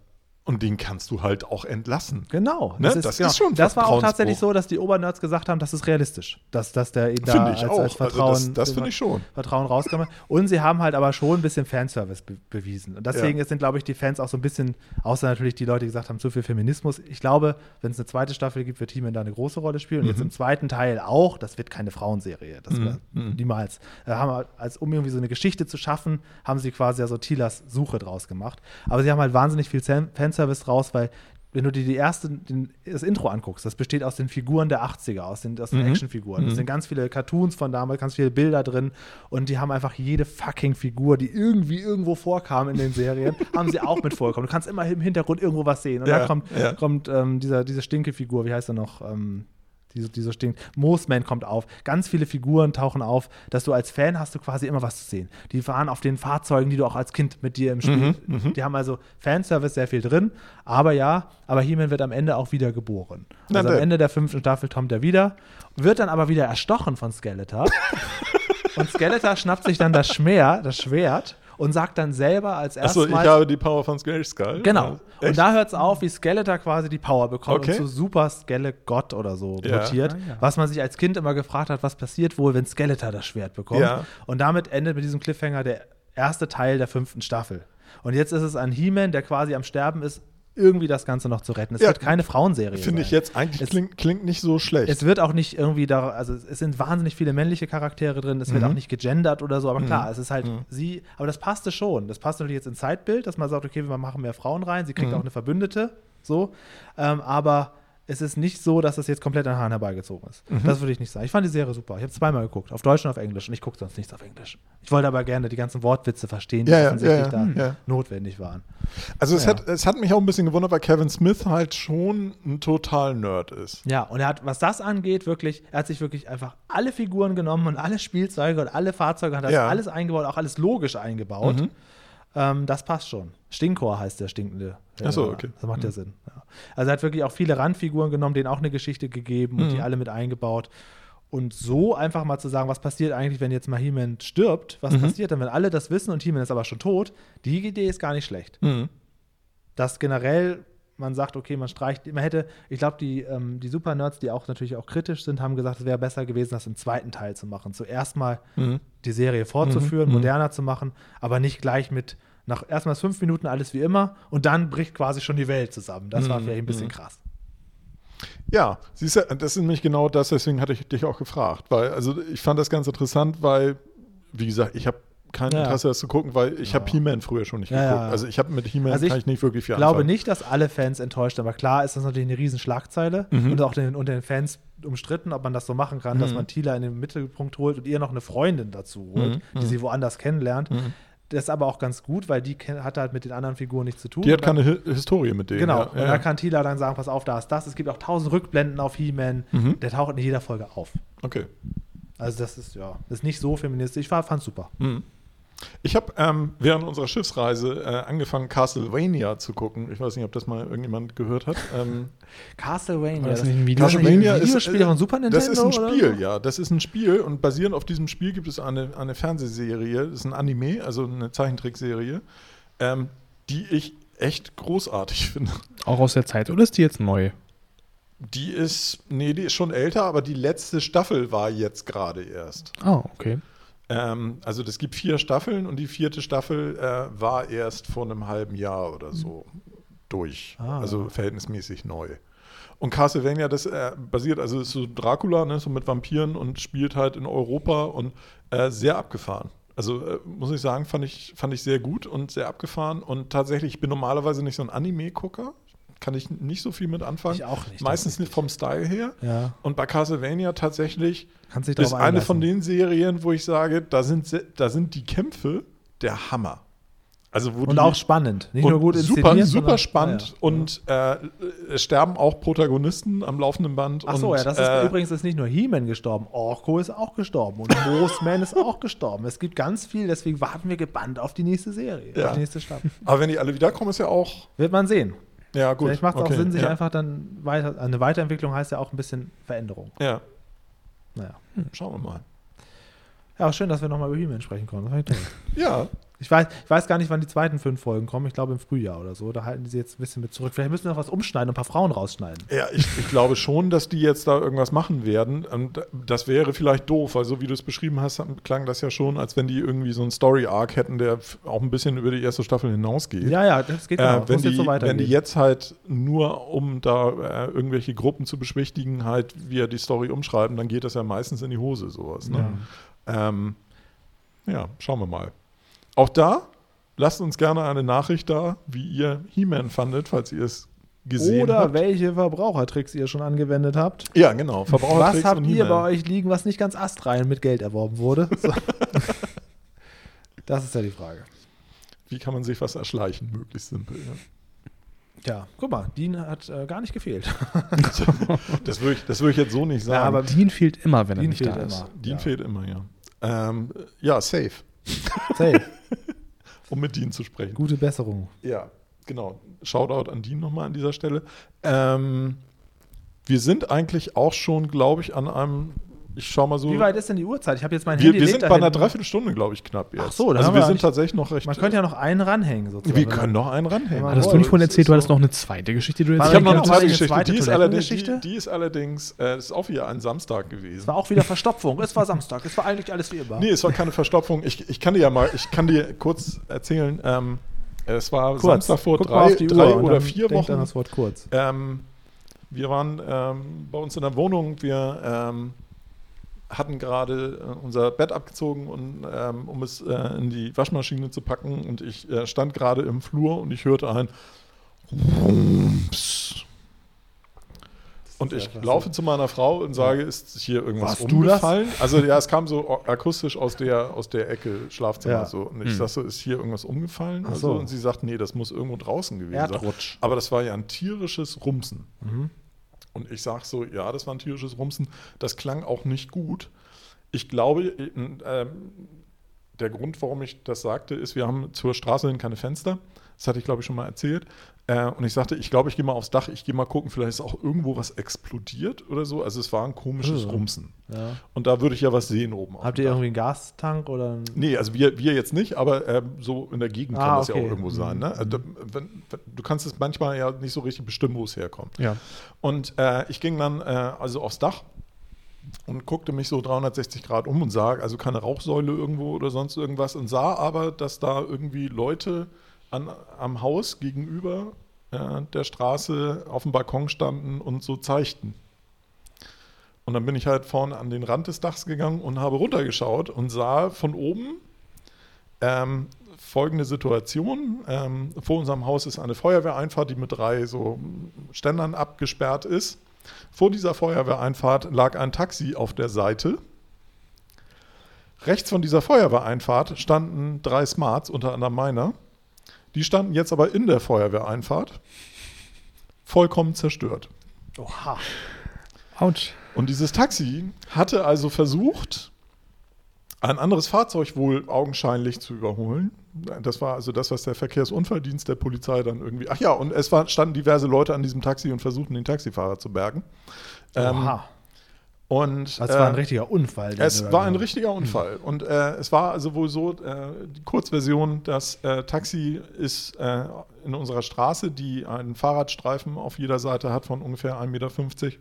Speaker 2: Und den kannst du halt auch entlassen.
Speaker 1: Genau.
Speaker 2: Ne? Das ist schon
Speaker 1: Das war auch
Speaker 2: Vertrauensbruch.
Speaker 1: tatsächlich so, dass die Obernerds gesagt haben, das ist realistisch. Dass, dass der ihn da
Speaker 2: Finde ich
Speaker 1: als,
Speaker 2: auch.
Speaker 1: als
Speaker 2: Also das-
Speaker 1: Vertrauen.
Speaker 2: das finde ich schon.
Speaker 1: Vertrauen rausgekommen. Und sie haben halt aber schon ein bisschen Fanservice be bewiesen. Und deswegen sind, glaube ich, die Fans auch so ein bisschen, außer natürlich die Leute, die gesagt haben, zu viel Feminismus. Ich glaube, wenn es eine zweite Staffel gibt, wird He-Man da eine große Rolle spielen. Und jetzt im zweiten Teil auch, das wird keine Frauenserie. Das wird niemals. Äh, haben halt, als, um irgendwie so eine Geschichte zu schaffen, haben sie quasi ja so Tilas Suche draus gemacht. Aber sie haben halt wahnsinnig viel Sam- Fanservice draus, weil wenn du dir die erste, den, das Intro anguckst, das besteht aus den Figuren der 80er, aus den, aus den
Speaker 2: Mhm.
Speaker 1: Actionfiguren. Es
Speaker 2: Mhm.
Speaker 1: sind ganz viele Cartoons von damals, ganz viele Bilder drin und die haben einfach jede fucking Figur, die irgendwie irgendwo vorkam in den Serien, haben sie auch mit vorkommen. Du kannst immer im Hintergrund irgendwo was sehen. Und
Speaker 2: Ja,
Speaker 1: da kommt,
Speaker 2: ja.
Speaker 1: kommt ähm, dieser, diese Stinke-Figur, wie heißt er noch? Ähm, die so, die so stinkt. Moosman kommt auf. Ganz viele Figuren tauchen auf, dass du als Fan hast du quasi immer was zu sehen. Die fahren auf den Fahrzeugen, die du auch als Kind mit dir im
Speaker 2: Mhm,
Speaker 1: Spiel. die haben also Fanservice sehr viel drin. Aber ja, aber He-Man wird am Ende auch wieder geboren.
Speaker 2: Na,
Speaker 1: Also am
Speaker 2: ne.
Speaker 1: Ende der fünften Staffel kommt er wieder, wird dann aber wieder erstochen von
Speaker 2: *laughs*
Speaker 1: Skeletor. und Skeletor schnappt sich dann das Schmer, das Schwert und sagt dann selber als
Speaker 2: Achso,
Speaker 1: erstes
Speaker 2: ich habe die Power von Skull.
Speaker 1: Genau.
Speaker 2: Ja,
Speaker 1: und
Speaker 2: also echt?
Speaker 1: da hört es auf, wie Skeletor quasi die Power bekommt
Speaker 2: Okay.
Speaker 1: und zu Super Skele-Gott oder so
Speaker 2: Ja.
Speaker 1: mutiert.
Speaker 3: Ah, ja.
Speaker 1: Was man sich als Kind immer gefragt hat, was passiert wohl, wenn Skeletor das Schwert bekommt.
Speaker 2: Ja.
Speaker 1: Und damit endet mit diesem Cliffhanger der erste Teil der fünften Staffel. Und jetzt ist es an He-Man, der quasi am Sterben ist, irgendwie das Ganze noch zu retten. Es
Speaker 2: Ja.
Speaker 1: wird keine Frauenserie.
Speaker 2: Finde ich
Speaker 1: sein.
Speaker 2: jetzt eigentlich
Speaker 1: Es-
Speaker 2: klingt, klingt nicht so schlecht.
Speaker 1: Es wird auch nicht irgendwie da, also es es sind wahnsinnig viele männliche Charaktere drin, es wird
Speaker 2: Mhm.
Speaker 1: auch nicht gegendert oder so, aber klar, es ist halt sie, aber das passte schon. Das passte natürlich jetzt ins Zeitbild, dass man sagt, okay, wir machen mehr Frauen rein, sie
Speaker 2: Mhm.
Speaker 1: kriegt auch eine Verbündete, so. Ähm, aber es ist nicht so, dass das jetzt komplett an Hahn herbeigezogen ist.
Speaker 2: Mhm.
Speaker 1: Das würde ich nicht sagen. Ich fand die Serie super. Ich habe zweimal geguckt, auf Deutsch und auf Englisch und ich gucke sonst nichts auf Englisch. Ich wollte aber gerne die ganzen Wortwitze verstehen, die
Speaker 2: Ja, ja,
Speaker 1: offensichtlich
Speaker 2: ja, ja.
Speaker 1: da
Speaker 2: Ja.
Speaker 1: notwendig waren.
Speaker 2: also es,
Speaker 1: ja.
Speaker 2: hat, es hat mich auch ein bisschen gewundert, weil Kevin Smith halt schon ein total Nerd ist.
Speaker 1: Ja, und er hat, was das angeht, wirklich, er hat sich wirklich einfach alle Figuren genommen und alle Spielzeuge und alle Fahrzeuge, hat er
Speaker 2: Ja. Mhm.
Speaker 1: alles eingebaut, auch alles logisch eingebaut. Ähm, das passt schon. Stinkor heißt der stinkende.
Speaker 2: Ach so, okay. Mhm.
Speaker 1: Das macht ja Sinn. Ja. Also er hat wirklich auch viele Randfiguren genommen, denen auch eine Geschichte gegeben
Speaker 2: Mhm.
Speaker 1: und die alle mit eingebaut. Und so einfach mal zu sagen, was passiert eigentlich, wenn jetzt mal He-Man stirbt?
Speaker 2: Mhm.
Speaker 1: Was passiert dann, wenn alle das wissen und He-Man ist aber schon tot? Die Idee ist gar nicht schlecht dass generell man sagt, okay, man streicht, man hätte, ich glaube, die, ähm, die Super-Nerds, die auch natürlich auch kritisch sind, haben gesagt, es wäre besser gewesen, das im zweiten Teil zu machen. Zuerst mal die Serie fortzuführen, moderner zu machen, aber nicht gleich mit nach erstmal fünf Minuten alles wie immer und dann bricht quasi schon die Welt zusammen. Das war vielleicht ein bisschen krass.
Speaker 2: Ja, siehst du, das ist nämlich genau das, deswegen hatte ich dich auch gefragt. Weil, also ich fand das ganz interessant, weil, wie gesagt, ich habe kein
Speaker 1: Ja.
Speaker 2: Interesse, das zu gucken, weil ich habe He-Man früher schon nicht
Speaker 1: Ja,
Speaker 2: geguckt.
Speaker 1: ja.
Speaker 2: Also ich habe mit He-Man
Speaker 1: Also ich
Speaker 2: kann ich nicht wirklich viel
Speaker 1: Ich glaube
Speaker 2: anfangen.
Speaker 1: nicht, dass alle Fans enttäuscht sind, aber klar ist das natürlich eine Riesenschlagzeile
Speaker 2: Mhm.
Speaker 1: und auch den, unter den Fans umstritten, ob man das so machen kann, dass man Tila in den Mittelpunkt holt und ihr noch eine Freundin dazu
Speaker 2: Mhm.
Speaker 1: holt, die sie woanders kennenlernt. Das ist aber auch ganz gut, weil die ken- hat halt mit den anderen Figuren nichts zu tun.
Speaker 2: Die hat
Speaker 1: Und dann-
Speaker 2: keine Hi Historie mit denen.
Speaker 1: Genau,
Speaker 2: ja.
Speaker 1: und
Speaker 2: Ja.
Speaker 1: da kann Tila dann sagen, pass auf, da ist das. Es gibt auch tausend Rückblenden auf He-Man.
Speaker 2: Mhm.
Speaker 1: Der taucht in jeder Folge auf.
Speaker 2: Okay.
Speaker 1: Also das ist, ja, das ist nicht so feministisch. Ich war- fand's super.
Speaker 2: Hm. Ich habe ähm, während unserer Schiffsreise äh, angefangen, Castlevania zu gucken. Ich weiß nicht, ob das mal irgendjemand gehört hat. Ähm,
Speaker 1: Castlevania.
Speaker 3: War das nicht ein Video-
Speaker 1: das
Speaker 2: Castlevania ist- äh,
Speaker 1: Videospiel von Super Nintendo?
Speaker 2: Das ist ein
Speaker 1: oder
Speaker 2: Spiel,
Speaker 1: so?
Speaker 2: ja. Das ist ein Spiel und basierend auf diesem Spiel gibt es eine, eine Fernsehserie, das ist ein Anime, also eine Zeichentrickserie, ähm, die ich echt großartig *laughs* finde.
Speaker 3: Auch aus der Zeit. Oder ist die jetzt neu?
Speaker 2: Die ist, nee, die ist schon älter, aber die letzte Staffel war jetzt gerade erst.
Speaker 3: Ah, okay.
Speaker 2: Ähm, also es gibt vier Staffeln und die vierte Staffel äh, war erst vor einem halben Jahr oder so durch.
Speaker 1: Ah.
Speaker 2: Also verhältnismäßig neu. Und Castlevania, das äh, basiert, also ist so Dracula, ne, so mit Vampiren und spielt halt in Europa und äh, sehr abgefahren. Also äh, muss ich sagen, fand ich, fand ich sehr gut und sehr abgefahren. Und tatsächlich, ich bin normalerweise nicht so ein Anime-Gucker. Kann ich nicht so viel mit anfangen.
Speaker 1: Ich auch nicht,
Speaker 2: Meistens nicht vom Style her.
Speaker 1: Ja.
Speaker 2: Und bei Castlevania tatsächlich
Speaker 1: Kannst dich
Speaker 2: ist
Speaker 1: drauf
Speaker 2: eine
Speaker 1: einlassen.
Speaker 2: von den Serien, wo ich sage, da sind, se- da sind die Kämpfe der Hammer. Also wo
Speaker 1: Und
Speaker 2: die,
Speaker 1: auch spannend. Nicht nur
Speaker 2: und
Speaker 1: gut
Speaker 2: super,
Speaker 1: inszeniert.
Speaker 2: super
Speaker 1: sondern-
Speaker 2: spannend
Speaker 1: Ja, ja.
Speaker 2: und äh, es sterben auch Protagonisten am laufenden Band.
Speaker 1: Ach so,
Speaker 2: und,
Speaker 1: ja, das ist
Speaker 2: äh,
Speaker 1: übrigens ist nicht nur He-Man gestorben, Orko ist auch gestorben und
Speaker 2: *laughs*
Speaker 1: Moosman ist auch gestorben. Es gibt ganz viel, deswegen warten wir gebannt auf die nächste Serie,
Speaker 2: Ja.
Speaker 1: auf die nächste Staffel.
Speaker 2: Aber wenn die alle wiederkommen, ist ja auch
Speaker 1: Wird man sehen.
Speaker 2: ja gut.
Speaker 1: Vielleicht macht es
Speaker 2: okay,
Speaker 1: auch Sinn, sich
Speaker 2: ja,
Speaker 1: einfach dann weiter. Eine Weiterentwicklung heißt ja auch ein bisschen Veränderung.
Speaker 2: Ja,
Speaker 1: Naja.
Speaker 2: schauen wir mal.
Speaker 1: Ja, aber schön, dass wir nochmal über He-Man sprechen konnten. Das fand ich toll.
Speaker 2: Ja,
Speaker 1: Ich weiß, ich weiß gar nicht, wann die zweiten fünf Folgen kommen. Ich glaube im Frühjahr oder so. Da halten die sie jetzt ein bisschen mit zurück. Vielleicht müssen wir noch was umschneiden, und ein paar Frauen rausschneiden.
Speaker 2: ja ich, ich glaube schon, dass die jetzt da irgendwas machen werden. Und das wäre vielleicht doof, weil so wie du es beschrieben hast, klang das ja schon, als wenn die irgendwie so einen Story-Arc hätten, der f- auch ein bisschen über die erste Staffel hinausgeht.
Speaker 1: Ja, ja, das geht genau.
Speaker 2: Äh,
Speaker 1: Das
Speaker 2: wenn,
Speaker 1: muss
Speaker 2: die,
Speaker 1: jetzt so
Speaker 2: wenn die
Speaker 1: weitergehen.
Speaker 2: jetzt halt nur, um da äh, irgendwelche Gruppen zu beschwichtigen, halt wir die Story umschreiben, dann geht das ja meistens in die Hose, sowas. Ne? Ja. Ähm, ja, schauen wir mal. Auch da lasst uns gerne eine Nachricht da, wie ihr He-Man fandet, falls ihr es gesehen
Speaker 1: Oder
Speaker 2: habt.
Speaker 1: welche Verbrauchertricks ihr schon angewendet habt.
Speaker 2: Ja, genau. Verbrauchertricks
Speaker 1: Was habt
Speaker 2: und
Speaker 1: ihr
Speaker 2: E-Mail.
Speaker 1: bei euch liegen, was nicht ganz astrein mit Geld erworben wurde? So. *laughs* das ist ja die Frage.
Speaker 2: Wie kann man sich was erschleichen? Möglichst simpel.
Speaker 1: *laughs*
Speaker 2: Ja.
Speaker 1: Ja, guck mal, Dean hat äh, gar nicht
Speaker 2: *laughs*
Speaker 1: gefehlt.
Speaker 2: Das würde ich, das würd ich jetzt so nicht sagen.
Speaker 1: aber-
Speaker 3: Dean fehlt immer, wenn er
Speaker 1: Dean
Speaker 3: nicht
Speaker 1: fehlt
Speaker 3: da ist.
Speaker 1: immer.
Speaker 2: Dean
Speaker 1: Ja.
Speaker 2: fehlt immer, ja. Ähm, ja, safe.
Speaker 1: Safe.
Speaker 2: Um mit Dean zu sprechen.
Speaker 1: Gute Besserung.
Speaker 2: Ja, genau. Shoutout an Dean nochmal an dieser Stelle. Ähm, wir sind eigentlich auch schon, glaube ich, an einem. Ich schau mal so.
Speaker 1: Wie weit ist denn die Uhrzeit? Ich habe jetzt mein
Speaker 2: wir
Speaker 1: Handy
Speaker 2: wir
Speaker 1: legt
Speaker 2: sind
Speaker 1: da
Speaker 2: bei einer
Speaker 1: hinten.
Speaker 2: Dreiviertelstunde, glaube ich, knapp jetzt.
Speaker 1: ne? Ach so, dann
Speaker 2: also
Speaker 1: haben
Speaker 2: wir
Speaker 1: wir
Speaker 2: sind
Speaker 1: nicht-
Speaker 2: tatsächlich noch recht.
Speaker 1: Man könnte ja noch einen ranhängen sozusagen.
Speaker 2: wir können noch einen ranhängen.
Speaker 1: Ja,
Speaker 3: Hattest
Speaker 1: Boah,
Speaker 3: du nicht
Speaker 1: das
Speaker 3: vorhin
Speaker 1: ist
Speaker 3: erzählt, du hattest
Speaker 1: so-
Speaker 3: noch eine zweite Geschichte, die du
Speaker 1: War
Speaker 2: ich
Speaker 1: das
Speaker 2: habe
Speaker 3: erzählen
Speaker 2: noch eine
Speaker 1: nicht
Speaker 3: kannst?
Speaker 1: auch
Speaker 2: zweite
Speaker 1: eine
Speaker 2: Geschichte.
Speaker 1: zweite
Speaker 2: die ist allerdings, die,
Speaker 1: Toilettengeschichte?
Speaker 2: die ist allerdings äh, ist auch wieder ein Samstag gewesen.
Speaker 1: Es war auch wieder Verstopfung. Es war Samstag. Es war eigentlich alles wie immer.
Speaker 2: Nee, es war keine Verstopfung. Ich, ich kann dir ja mal, ich kann dir kurz erzählen, ähm, es war Samstag vor
Speaker 1: Guck mal
Speaker 2: drei,
Speaker 1: auf die
Speaker 2: drei
Speaker 1: Uhr und
Speaker 2: oder
Speaker 1: dann
Speaker 2: vier
Speaker 1: denkt An
Speaker 2: Wochen.
Speaker 1: das Wort kurz.
Speaker 2: Ähm, wir waren ähm, bei uns in der Wohnung, wir ähm, hatten gerade äh, unser Bett abgezogen, und, ähm, um es äh, in die Waschmaschine zu packen. Und ich äh, stand gerade im Flur und ich hörte
Speaker 1: *laughs*
Speaker 2: ein Rumps. Und ich
Speaker 1: einfach so.
Speaker 2: laufe zu meiner Frau und sage, ist hier irgendwas
Speaker 1: Warst du das?
Speaker 2: umgefallen? Also ja, es kam so akustisch aus der, aus der Ecke Schlafzimmer
Speaker 1: Ja.
Speaker 2: so. Und ich
Speaker 3: Hm.
Speaker 2: sag so, ist hier irgendwas umgefallen?
Speaker 1: Ach
Speaker 2: oder so.
Speaker 1: so.
Speaker 2: Und sie sagt, nee, das muss irgendwo draußen gewesen sein.
Speaker 1: Erdrutsch.
Speaker 2: Aber das war ja ein tierisches Rumsen.
Speaker 1: Mhm.
Speaker 2: Und ich sage so, ja, das war ein tierisches Rumsen. Das klang auch nicht gut. Ich glaube, äh, ähm, der Grund, warum ich das sagte, ist, wir haben zur Straße hin keine Fenster. Das hatte ich, glaube ich, schon mal erzählt. Äh, und ich sagte, ich glaube, ich gehe mal aufs Dach, ich gehe mal gucken, vielleicht ist auch irgendwo was explodiert oder so. Also es war ein komisches
Speaker 1: Ja.
Speaker 2: Rumsen.
Speaker 1: Ja.
Speaker 2: Und da würde ich ja was sehen oben. auf
Speaker 1: Habt
Speaker 2: dem
Speaker 1: ihr
Speaker 2: Dach.
Speaker 1: irgendwie einen Gastank oder einen
Speaker 2: Nee, also wir, wir jetzt nicht, aber ähm, so in der Gegend kann
Speaker 1: Ah,
Speaker 2: das ja
Speaker 1: okay. Mhm.
Speaker 2: auch irgendwo sein. Ne? Also, da- wenn, wenn, du kannst es manchmal ja nicht so richtig bestimmen, wo es herkommt.
Speaker 3: Ja.
Speaker 2: Und äh, ich ging dann äh, also aufs Dach und guckte mich so 360 Grad um und sah also keine Rauchsäule irgendwo oder sonst irgendwas und sah aber, dass da irgendwie Leute an, am Haus gegenüber äh, der Straße auf dem Balkon standen und so zeigten. Und dann bin ich halt vorne an den Rand des Dachs gegangen und habe runtergeschaut und sah von oben ähm, folgende Situation. Ähm, vor unserem Haus ist eine Feuerwehreinfahrt, die mit drei so Ständern abgesperrt ist. Vor dieser Feuerwehreinfahrt lag ein Taxi auf der Seite. Rechts von dieser Feuerwehreinfahrt standen drei Smarts, unter anderem meiner. Die standen jetzt aber in der Feuerwehreinfahrt, vollkommen zerstört.
Speaker 1: Oha.
Speaker 4: Autsch.
Speaker 2: Und dieses Taxi hatte also versucht, ein anderes Fahrzeug wohl augenscheinlich zu überholen. Das war also das, was der Verkehrsunfalldienst der Polizei dann irgendwie. Ach ja, und es war, standen diverse Leute an diesem Taxi und versuchten, den Taxifahrer zu bergen. Ähm,
Speaker 1: Oha.
Speaker 2: und
Speaker 1: Das war ein
Speaker 2: äh,
Speaker 1: richtiger Unfall. den
Speaker 2: es
Speaker 1: du da
Speaker 2: war ein
Speaker 1: gemacht
Speaker 2: richtiger Unfall. Und äh, es war also wohl so, äh, die Kurzversion, das äh, Taxi ist äh, in unserer Straße, die einen Fahrradstreifen auf jeder Seite hat von ungefähr 1,50 Meter,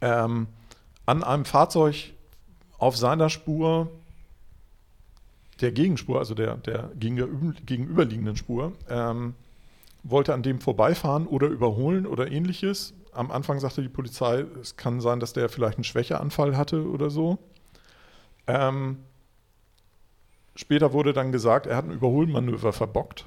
Speaker 2: ähm, an einem Fahrzeug auf seiner Spur der Gegenspur, also der, der gegenüber- gegenüberliegenden Spur, ähm, wollte an dem vorbeifahren oder überholen oder ähnliches. Am Anfang sagte die Polizei, es kann sein, dass der vielleicht einen Schwächeanfall hatte oder so. Ähm, später wurde dann gesagt, er hat ein Überholmanöver verbockt.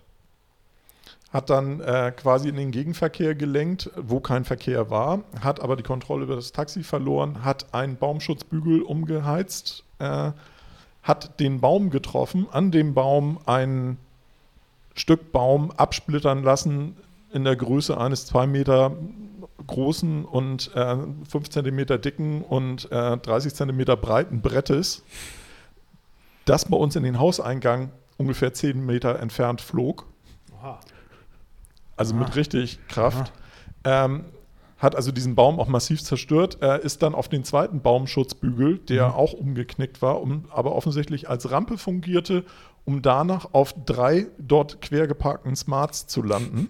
Speaker 2: Hat dann äh, quasi in den Gegenverkehr gelenkt, wo kein Verkehr war, hat aber die Kontrolle über das Taxi verloren, hat einen Baumschutzbügel umgeheizt, äh, hat den Baum getroffen, an dem Baum einen Stück Baum absplittern lassen in der Größe eines 2 Meter großen und äh, 5 Zentimeter dicken und äh, 30 Zentimeter breiten Brettes, das bei uns in den Hauseingang ungefähr 10 Meter entfernt flog,
Speaker 1: Oha.
Speaker 2: also
Speaker 1: Aha.
Speaker 2: mit richtig Kraft, ähm, hat also diesen Baum auch massiv zerstört, äh, ist dann auf den zweiten Baumschutzbügel, der auch umgeknickt war, um, aber offensichtlich als Rampe fungierte, um danach auf drei dort quer geparkten Smarts zu landen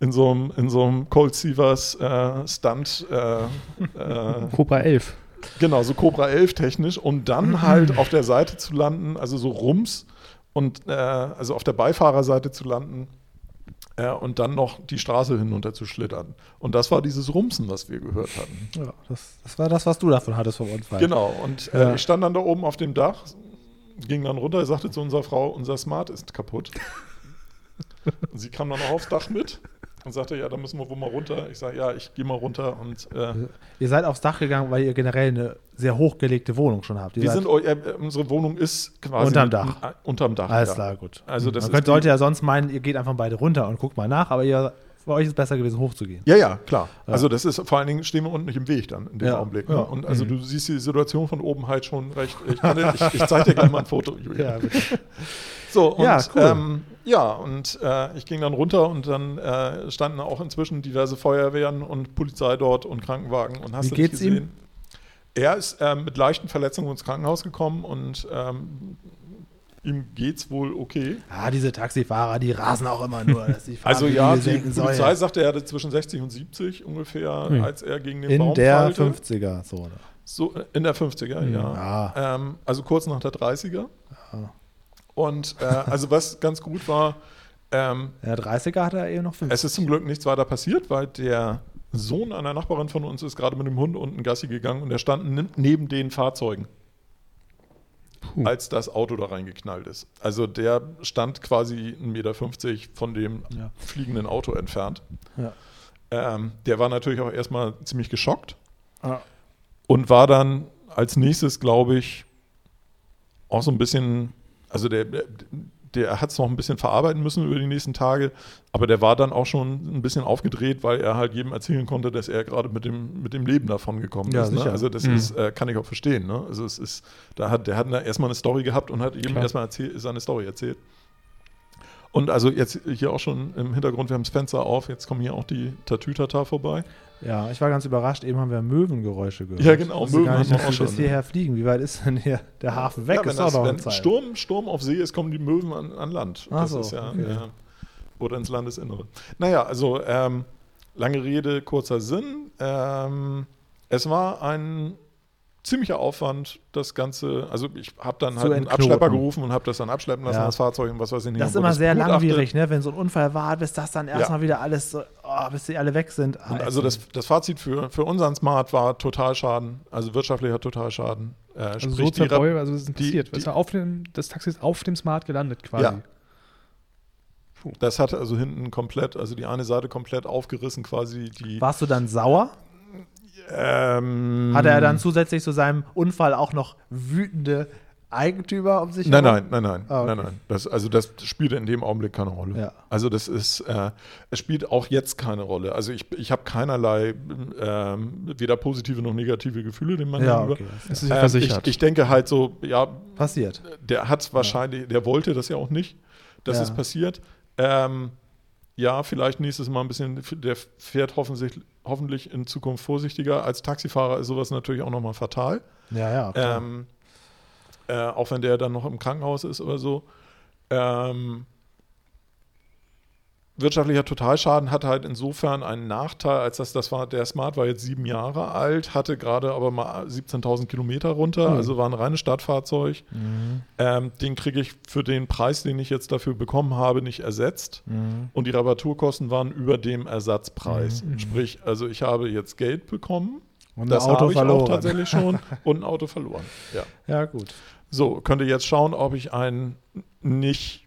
Speaker 2: in so einem, in so einem Cold Seavers äh, Stunt, äh, äh,
Speaker 3: Cobra 11.
Speaker 2: genau, so Cobra 11 technisch, um
Speaker 1: Mhm.
Speaker 2: dann halt auf der Seite zu landen, also so rums und äh, also auf der Beifahrerseite zu landen äh, und dann noch die Straße hinunter zu schlittern. Und das war dieses Rumsen, was wir gehört hatten.
Speaker 1: Ja, das, das war das, was du davon hattest vom Unfall.
Speaker 2: Genau, und äh,
Speaker 1: Ja.
Speaker 2: ich stand dann da oben
Speaker 1: *laughs*
Speaker 2: auf dem Dach, ging dann runter, sagte zu unserer Frau, unser Smart ist kaputt. Und sie kam dann auch aufs Dach mit und sagte, ja, da müssen wir wohl mal runter. Ich sage, ja, ich gehe mal runter und äh,
Speaker 1: Ihr seid aufs Dach gegangen, weil ihr generell eine sehr hochgelegte Wohnung schon habt. Ihr
Speaker 2: wir
Speaker 1: seid,
Speaker 2: sind, eu- äh, unsere Wohnung ist quasi
Speaker 1: Unterm
Speaker 2: mit-
Speaker 1: Dach.
Speaker 2: äh, unterm Dach.
Speaker 1: alles
Speaker 2: ja.
Speaker 1: klar, gut.
Speaker 2: Also das
Speaker 1: Man
Speaker 2: ist
Speaker 1: könnte,
Speaker 2: die-
Speaker 1: sollte ja sonst meinen, ihr geht einfach beide runter und guckt mal nach, aber ihr, für euch ist es besser gewesen, hochzugehen.
Speaker 2: Ja, ja, klar.
Speaker 1: Ja.
Speaker 2: Also das ist vor allen Dingen stehen wir unten nicht im Weg dann in dem
Speaker 1: Ja.
Speaker 2: Augenblick. Ne?
Speaker 1: Ja. Mhm.
Speaker 2: Und also du siehst die Situation von oben halt schon recht.
Speaker 1: *laughs*
Speaker 2: Ich, kann dir- ich, ich zeige dir gleich mal ein Foto, Julia.
Speaker 1: bitte.
Speaker 2: So, und,
Speaker 1: Ja,
Speaker 2: ja,
Speaker 1: cool.
Speaker 2: ähm, ja, und äh, ich ging dann runter und dann äh, standen auch inzwischen diverse Feuerwehren und Polizei dort und Krankenwagen und hast
Speaker 1: Wie
Speaker 2: du
Speaker 1: geht's
Speaker 2: nicht
Speaker 1: ihm?
Speaker 2: gesehen. Er ist ähm, mit leichten Verletzungen ins Krankenhaus gekommen und ähm, ihm geht's wohl okay.
Speaker 1: Ah, diese Taxifahrer, die rasen auch immer nur, dass die
Speaker 2: Also
Speaker 1: Fahrradwege
Speaker 2: ja, die
Speaker 1: senken sollen.
Speaker 2: Polizei sagte, er hatte zwischen 60 und 70 ungefähr,
Speaker 3: Ui.
Speaker 2: als er gegen den
Speaker 1: Hm. in
Speaker 2: Baum
Speaker 1: der
Speaker 2: prallte.
Speaker 1: 50er-Zone.
Speaker 2: So, äh, in der 50er, ja. Ähm, also kurz nach der 30er.
Speaker 1: Ja.
Speaker 2: Und äh, also was ganz gut war, ähm,
Speaker 1: In der 30er hat er eben noch 50.
Speaker 2: es ist zum Glück nichts weiter passiert, weil der Sohn einer Nachbarin von uns ist gerade mit dem Hund unten Gassi gegangen und er stand ne- neben den Fahrzeugen,
Speaker 3: Puh.
Speaker 2: als das Auto da reingeknallt ist. Also der stand quasi 1,50 Meter von dem
Speaker 1: Ja.
Speaker 2: fliegenden Auto entfernt.
Speaker 1: Ja.
Speaker 2: Ähm, der war natürlich auch erstmal ziemlich geschockt.
Speaker 1: Ah.
Speaker 2: Und war dann als nächstes, glaube ich, auch so ein bisschen, also der, der- der hat es noch ein bisschen verarbeiten müssen über die nächsten Tage, aber der war dann auch schon ein bisschen aufgedreht, weil er halt jedem erzählen konnte, dass er gerade mit dem, mit dem Leben davon gekommen
Speaker 1: Ja,
Speaker 2: ist. Ne?
Speaker 1: sicher.
Speaker 2: Also das
Speaker 3: Mhm.
Speaker 2: ist, äh, kann ich auch verstehen. Ne? Also es ist, da hat, der hat da erstmal eine Story gehabt und hat jedem
Speaker 3: Klar.
Speaker 2: erstmal erzähl- seine Story erzählt. Und also jetzt hier auch schon im Hintergrund, wir haben das Fenster auf, jetzt kommen hier auch die Tatütata vorbei.
Speaker 1: Ja, ich war ganz überrascht. Eben haben wir Möwengeräusche gehört.
Speaker 2: Ja, genau,
Speaker 1: Ich wusste
Speaker 2: Möwen
Speaker 1: gar nicht,
Speaker 2: haben
Speaker 1: dass
Speaker 2: wir auch
Speaker 1: die bis
Speaker 2: schon.
Speaker 1: hierher fliegen. Wie weit ist denn hier der Hafen weg?
Speaker 2: Ja, wenn
Speaker 1: ist auch
Speaker 2: das,
Speaker 1: noch ein
Speaker 2: wenn
Speaker 1: Zeichen.
Speaker 2: Sturm, Sturm auf See ist, kommen die Möwen an, an Land.
Speaker 1: Ach
Speaker 2: das
Speaker 1: so,
Speaker 2: ist ja,
Speaker 1: okay.
Speaker 2: äh, oder ins Landesinnere. Naja, also ähm, lange Rede, kurzer Sinn. Ähm, es war ein ziemlicher Aufwand, das Ganze. Also ich habe dann
Speaker 1: Zu
Speaker 2: halt einen
Speaker 1: entknoten.
Speaker 2: Abschlepper gerufen und habe das dann abschleppen lassen,
Speaker 1: Ja.
Speaker 2: das Fahrzeug und was weiß ich nicht.
Speaker 1: Das ist
Speaker 2: Und wurde
Speaker 1: immer sehr
Speaker 2: begutachtet.
Speaker 1: langwierig, ne? wenn so ein Unfall war, bis das dann erstmal wieder alles so, oh, bis sie alle weg sind. Ah,
Speaker 2: Und also das, das Fazit für, für unseren Smart war Totalschaden, also wirtschaftlicher Totalschaden. Äh,
Speaker 3: Also
Speaker 2: sprich,
Speaker 3: so
Speaker 2: die Rep-
Speaker 3: zerbeu, also es ist
Speaker 2: die-
Speaker 3: passiert. Die,
Speaker 2: die-
Speaker 3: ist ja auf dem, das Taxi ist auf dem Smart gelandet quasi.
Speaker 2: Ja. das hatte also hinten komplett, also die eine Seite komplett aufgerissen quasi. Die,
Speaker 1: Warst du dann sauer?
Speaker 2: Ähm,
Speaker 1: Hatte er
Speaker 2: Mm.
Speaker 1: dann zusätzlich zu seinem Unfall auch noch wütende Eigentümer um sich
Speaker 2: Nein,
Speaker 1: herum?
Speaker 2: nein, nein, nein,
Speaker 1: Ah, okay.
Speaker 2: nein, nein. Das, also das spielte in dem Augenblick keine Rolle.
Speaker 1: Ja.
Speaker 2: Also das ist, äh, es spielt auch jetzt keine Rolle. Also ich, ich habe keinerlei ähm, weder positive noch negative Gefühle dem Mann
Speaker 1: Ja,
Speaker 2: gegenüber.
Speaker 1: okay. das ist
Speaker 3: ist ja
Speaker 2: Ähm, ich,
Speaker 3: versichert.
Speaker 2: ich denke halt so, ja,
Speaker 1: Passiert.
Speaker 2: der hat wahrscheinlich, der wollte das ja auch nicht, dass
Speaker 1: Ja.
Speaker 2: es passiert. Ähm, ja, vielleicht nächstes Mal ein bisschen, der fährt hoffentlich, hoffentlich in Zukunft vorsichtiger. Als Taxifahrer ist sowas natürlich auch nochmal fatal.
Speaker 1: Ja, ja. klar.
Speaker 2: Ähm, äh, auch wenn der dann noch im Krankenhaus ist oder so. Ähm, wirtschaftlicher Totalschaden hat halt insofern einen Nachteil, als dass das war, der Smart war jetzt sieben Jahre alt, hatte gerade aber mal 17.000 Kilometer runter, also war ein reines Stadtfahrzeug. Ähm, den kriege ich für den Preis, den ich jetzt dafür bekommen habe, nicht ersetzt.
Speaker 1: Hm. Mm.
Speaker 2: Und die Reparaturkosten waren über dem Ersatzpreis. Sprich, also ich habe jetzt Geld bekommen.
Speaker 1: Und ein
Speaker 2: das
Speaker 1: Auto
Speaker 2: habe ich
Speaker 1: verloren.
Speaker 2: auch
Speaker 1: *laughs*
Speaker 2: tatsächlich schon. Und ein Auto verloren. Ja.
Speaker 1: ja, gut.
Speaker 2: So, könnte jetzt schauen, ob ich ein nicht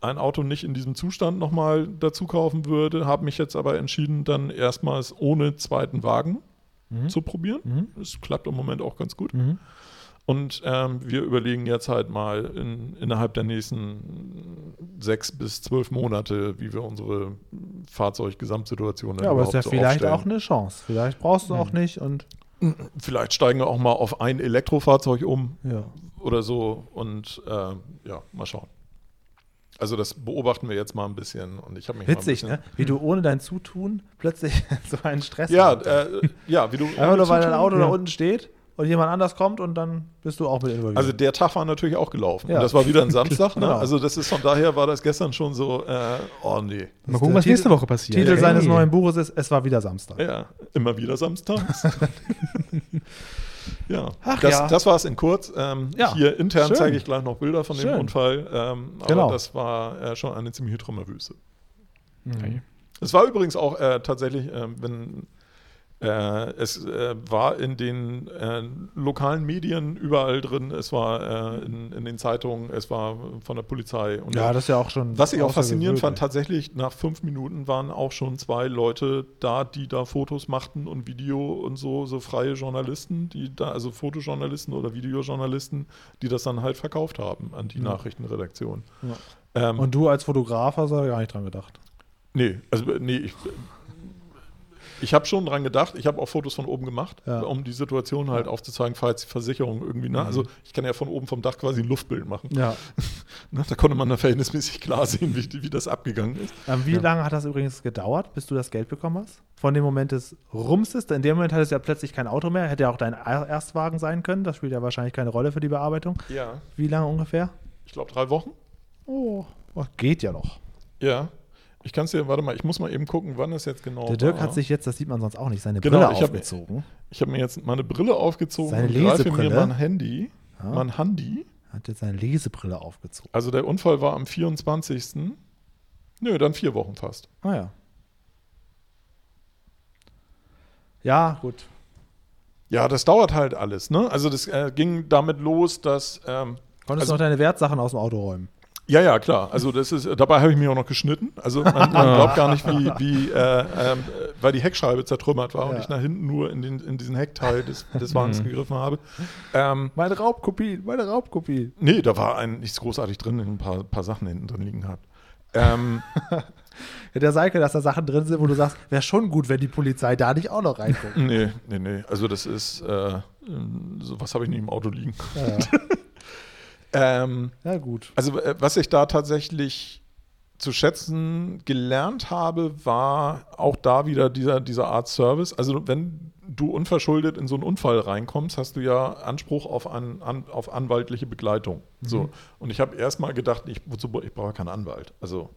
Speaker 2: ein Auto nicht in diesem Zustand nochmal dazu kaufen würde, habe mich jetzt aber entschieden, dann erstmals ohne zweiten Wagen
Speaker 1: Mhm.
Speaker 2: zu probieren. Es klappt im Moment auch ganz gut. Und ähm, wir überlegen jetzt halt mal in, innerhalb der nächsten sechs bis zwölf Monate, wie wir unsere Fahrzeuggesamtsituation dann
Speaker 1: Ja, aber ist
Speaker 2: überhaupt
Speaker 1: ja
Speaker 2: so
Speaker 1: vielleicht
Speaker 2: aufstellen. Mhm.
Speaker 1: auch eine Chance. Vielleicht brauchst du auch nicht und
Speaker 2: Vielleicht steigen wir auch mal auf ein Elektrofahrzeug um
Speaker 1: ja.
Speaker 2: oder so und äh, ja, mal schauen. Also das beobachten wir jetzt mal ein bisschen und ich habe mich mal ein
Speaker 1: Witzig,
Speaker 2: bisschen,
Speaker 1: ne? Wie du ohne dein Zutun plötzlich *laughs* so einen Stress
Speaker 2: Ja,
Speaker 1: hast.
Speaker 2: äh, ja, wie
Speaker 1: *laughs*
Speaker 2: du
Speaker 1: Einfach nur, weil dein Auto da
Speaker 3: ja.
Speaker 1: unten steht und jemand anders kommt und dann bist du auch mit involviert.
Speaker 2: also der Tag war natürlich auch gelaufen.
Speaker 1: Ja.
Speaker 2: Und das war
Speaker 1: *laughs*
Speaker 2: wieder ein Samstag. Ne?
Speaker 1: Genau.
Speaker 2: Also das ist von daher war das gestern schon so, äh, oh nee.
Speaker 3: Mal gucken,
Speaker 1: der
Speaker 3: was nächste
Speaker 1: Titel-
Speaker 3: Woche passiert. eh.
Speaker 1: Titel
Speaker 3: Ey.
Speaker 1: seines neuen Buches ist Es war wieder Samstag.
Speaker 2: Ja, immer
Speaker 1: *laughs*
Speaker 2: wieder samstags. ja.
Speaker 1: Ach
Speaker 2: das,
Speaker 1: ja.
Speaker 2: das war es in kurz. Ähm,
Speaker 1: Ja.
Speaker 2: Hier intern
Speaker 1: Schön.
Speaker 2: zeige ich gleich noch Bilder von
Speaker 1: Schön.
Speaker 2: dem Unfall. Ähm, aber
Speaker 1: Genau.
Speaker 2: das war äh, schon eine ziemliche Trümmerwüste.
Speaker 1: Mhm.
Speaker 2: Es war übrigens auch äh, tatsächlich, ähm, äh, wenn Äh, es äh, war in den äh, lokalen Medien überall drin, es war äh, in, in den Zeitungen, es war von der Polizei. Und
Speaker 1: Ja, das ist ja auch schon.
Speaker 2: was ich auch faszinierend
Speaker 1: außergewöhnlich.
Speaker 2: fand, tatsächlich nach fünf Minuten waren auch schon zwei Leute da, die da Fotos machten und Video und so, so freie Journalisten, die da, also Fotojournalisten oder Videojournalisten, die das dann halt verkauft haben an die
Speaker 1: Ja.
Speaker 2: Nachrichtenredaktion.
Speaker 1: Ja.
Speaker 2: Ähm,
Speaker 1: Und du als Fotograf hast da gar nicht dran gedacht.
Speaker 2: Nee, also äh, nee, ich, ich habe schon dran gedacht, ich habe auch Fotos von oben gemacht,
Speaker 1: Ja. Mhm.
Speaker 2: um die Situation halt aufzuzeigen, falls die Versicherung irgendwie, ne? Also ich kann ja von oben vom Dach quasi ein Luftbild machen.
Speaker 1: Ja.
Speaker 2: Ne? Da konnte man dann verhältnismäßig klar sehen, wie, die- wie das abgegangen ist.
Speaker 1: Ähm, wie lange hat das übrigens gedauert, bis du das Geld bekommen hast? Von dem Moment des Rumses, in dem Moment hattest du ja plötzlich kein Auto mehr, hätte ja auch dein Er- Erstwagen sein können, das spielt ja wahrscheinlich keine Rolle für die Bearbeitung.
Speaker 2: Ja.
Speaker 1: Wie lange ungefähr?
Speaker 2: Ich glaube drei Wochen.
Speaker 1: Oh, oh, geht ja noch.
Speaker 2: Ja. Ich kann es dir, warte mal, ich muss mal eben gucken, wann das jetzt genau
Speaker 1: Der Dirk
Speaker 2: war.
Speaker 1: hat sich jetzt, das sieht man sonst auch nicht, seine
Speaker 2: Genau,
Speaker 1: Brille
Speaker 2: ich hab-
Speaker 1: aufgezogen.
Speaker 2: ich habe mir jetzt meine Brille aufgezogen
Speaker 1: Seine
Speaker 2: mir
Speaker 1: Lesebrille?
Speaker 2: mein Handy,
Speaker 1: Ja.
Speaker 2: mein Handy.
Speaker 1: Hat jetzt seine Lesebrille aufgezogen.
Speaker 2: Also der Unfall war am 24. Nö, dann vier Wochen fast.
Speaker 1: Ah ja. Ja, gut.
Speaker 2: Ja, das dauert halt alles. Ne? Also das äh, ging damit los, dass ähm,
Speaker 1: Konntest
Speaker 2: Also-
Speaker 1: du noch deine Wertsachen aus dem Auto räumen?
Speaker 2: ja, ja, klar. Also das ist, dabei habe ich mich auch noch geschnitten. Also man, man glaubt gar nicht, wie, wie äh, ähm, äh, weil die Heckscheibe zertrümmert war und
Speaker 1: Ja.
Speaker 2: ich nach hinten nur in, den, in diesen Heckteil des, des Wagens gegriffen habe. Ähm,
Speaker 1: Meine Raubkopie, meine Raubkopie.
Speaker 2: nee, da war ein, nichts großartig drin, ein paar, paar Sachen hinten drin liegen gehabt. Ähm, *laughs*
Speaker 1: Ja, der Seike, dass da Sachen drin sind, wo du sagst, wäre schon gut, wenn die Polizei da nicht auch noch reinguckt.
Speaker 2: nee, nee, nee. Also das ist, äh, ähm, sowas habe ich nicht im Auto liegen.
Speaker 1: *laughs* ja,
Speaker 2: Ähm,
Speaker 1: ja, gut.
Speaker 2: Also äh, was ich da tatsächlich zu schätzen gelernt habe, war auch da wieder dieser, dieser Art Service. Also wenn du unverschuldet in so einen Unfall reinkommst, hast du ja Anspruch auf, an, an, auf anwaltliche Begleitung. So. Und ich habe erstmal gedacht, ich, wozu, ich brauche keinen Anwalt. Also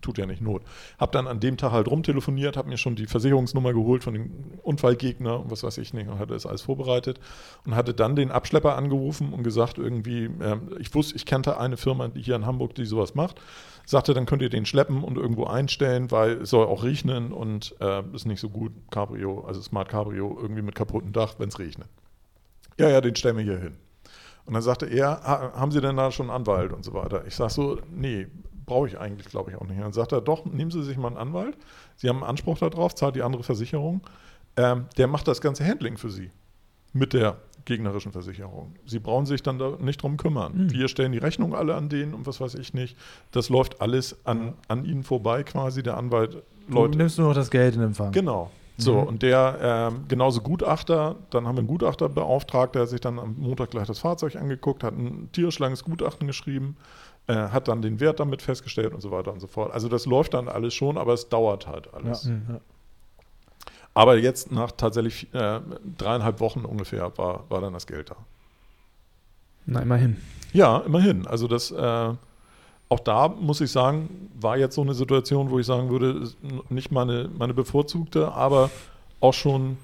Speaker 2: tut ja nicht Not. Hab dann an dem Tag halt rumtelefoniert, hab mir schon die Versicherungsnummer geholt von dem Unfallgegner und was weiß ich nicht und hatte das alles vorbereitet und hatte dann den Abschlepper angerufen und gesagt irgendwie, ähm, ich wusste, ich kannte eine Firma die hier in Hamburg, die sowas macht, sagte, dann könnt ihr den schleppen und irgendwo einstellen, weil es soll auch regnen und äh, ist nicht so gut, Cabrio, also Smart Cabrio, irgendwie mit kaputtem Dach, wenn es regnet. Ja, ja, den stellen wir hier hin. Und dann sagte er, "Ha- haben Sie denn da schon einen Anwalt und so weiter? Ich sage so, nee, brauche ich eigentlich, glaube ich, auch nicht. Und dann sagt er, doch, nehmen Sie sich mal einen Anwalt. Sie haben einen Anspruch darauf, zahlt die andere Versicherung. Ähm, der macht das ganze Handling für Sie mit der gegnerischen Versicherung. Sie brauchen sich dann da nicht drum kümmern. Wir stellen die Rechnung alle an denen und was weiß ich nicht. Das läuft alles an, an Ihnen vorbei quasi. Der Anwalt
Speaker 1: Du
Speaker 2: läutet
Speaker 1: nimmst nur noch das Geld in Empfang.
Speaker 2: Genau. So, und der ähm, genauso Gutachter, dann haben wir einen Gutachter beauftragt, der hat sich dann am Montag gleich das Fahrzeug angeguckt, hat ein tierschlanges Gutachten geschrieben, äh, hat dann den Wert damit festgestellt und so weiter und so fort. Also das läuft dann alles schon, aber es dauert halt
Speaker 1: Ja.
Speaker 2: alles.
Speaker 3: Hm.
Speaker 1: Ja.
Speaker 2: Aber jetzt nach tatsächlich äh, dreieinhalb Wochen ungefähr war, war dann das Geld da.
Speaker 3: Na, immerhin.
Speaker 2: Ja, immerhin. Also das, äh, auch da muss ich sagen, war jetzt so eine Situation, wo ich sagen würde, ist n- nicht meine, meine bevorzugte, aber auch schon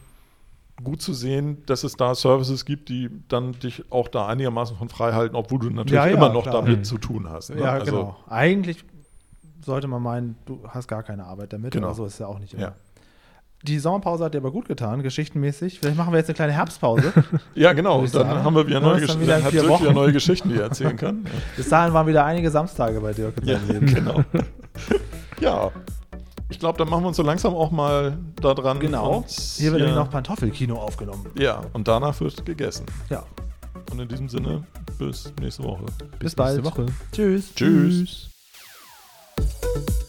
Speaker 2: gut zu sehen, dass es da Services gibt, die dann dich auch da einigermaßen von frei halten, obwohl du natürlich
Speaker 1: Ja, ja,
Speaker 2: immer noch
Speaker 1: klar.
Speaker 2: damit
Speaker 3: Mhm.
Speaker 2: zu tun hast. ne?
Speaker 1: Ja,
Speaker 2: also,
Speaker 1: genau. Eigentlich sollte man meinen, du hast gar keine Arbeit damit,
Speaker 2: Genau.
Speaker 1: aber so ist ja auch nicht immer.
Speaker 2: Ja.
Speaker 1: Die Sommerpause hat dir aber gut getan, geschichtenmäßig. Vielleicht machen wir jetzt eine kleine
Speaker 2: *laughs*
Speaker 1: Herbstpause.
Speaker 2: ja, genau.
Speaker 1: Würde
Speaker 2: Dann
Speaker 1: ich sagen.
Speaker 2: haben wir wieder
Speaker 1: Dann
Speaker 2: neue,
Speaker 1: ist dann
Speaker 2: Gesch
Speaker 1: wieder
Speaker 2: dann
Speaker 1: in
Speaker 2: hat
Speaker 1: vier
Speaker 2: Dirk wieder
Speaker 1: Wochen.
Speaker 2: neue Geschichten, die er
Speaker 1: *laughs*
Speaker 2: erzählen kann.
Speaker 1: Bis dahin waren wieder einige Samstage bei Dirk. in
Speaker 2: ja,
Speaker 1: seinem Leben.
Speaker 2: genau. Ja. Ich glaube, dann machen wir uns so langsam auch mal da dran.
Speaker 1: Genau.
Speaker 2: uns
Speaker 1: Hier wird nämlich noch Pantoffelkino aufgenommen.
Speaker 2: Ja, und danach wird gegessen.
Speaker 1: Ja.
Speaker 2: Und in diesem Sinne, bis nächste Woche.
Speaker 1: Bis, bald.
Speaker 3: Nächste Woche.
Speaker 1: Tschüss.
Speaker 2: Tschüss.
Speaker 3: Tschüss.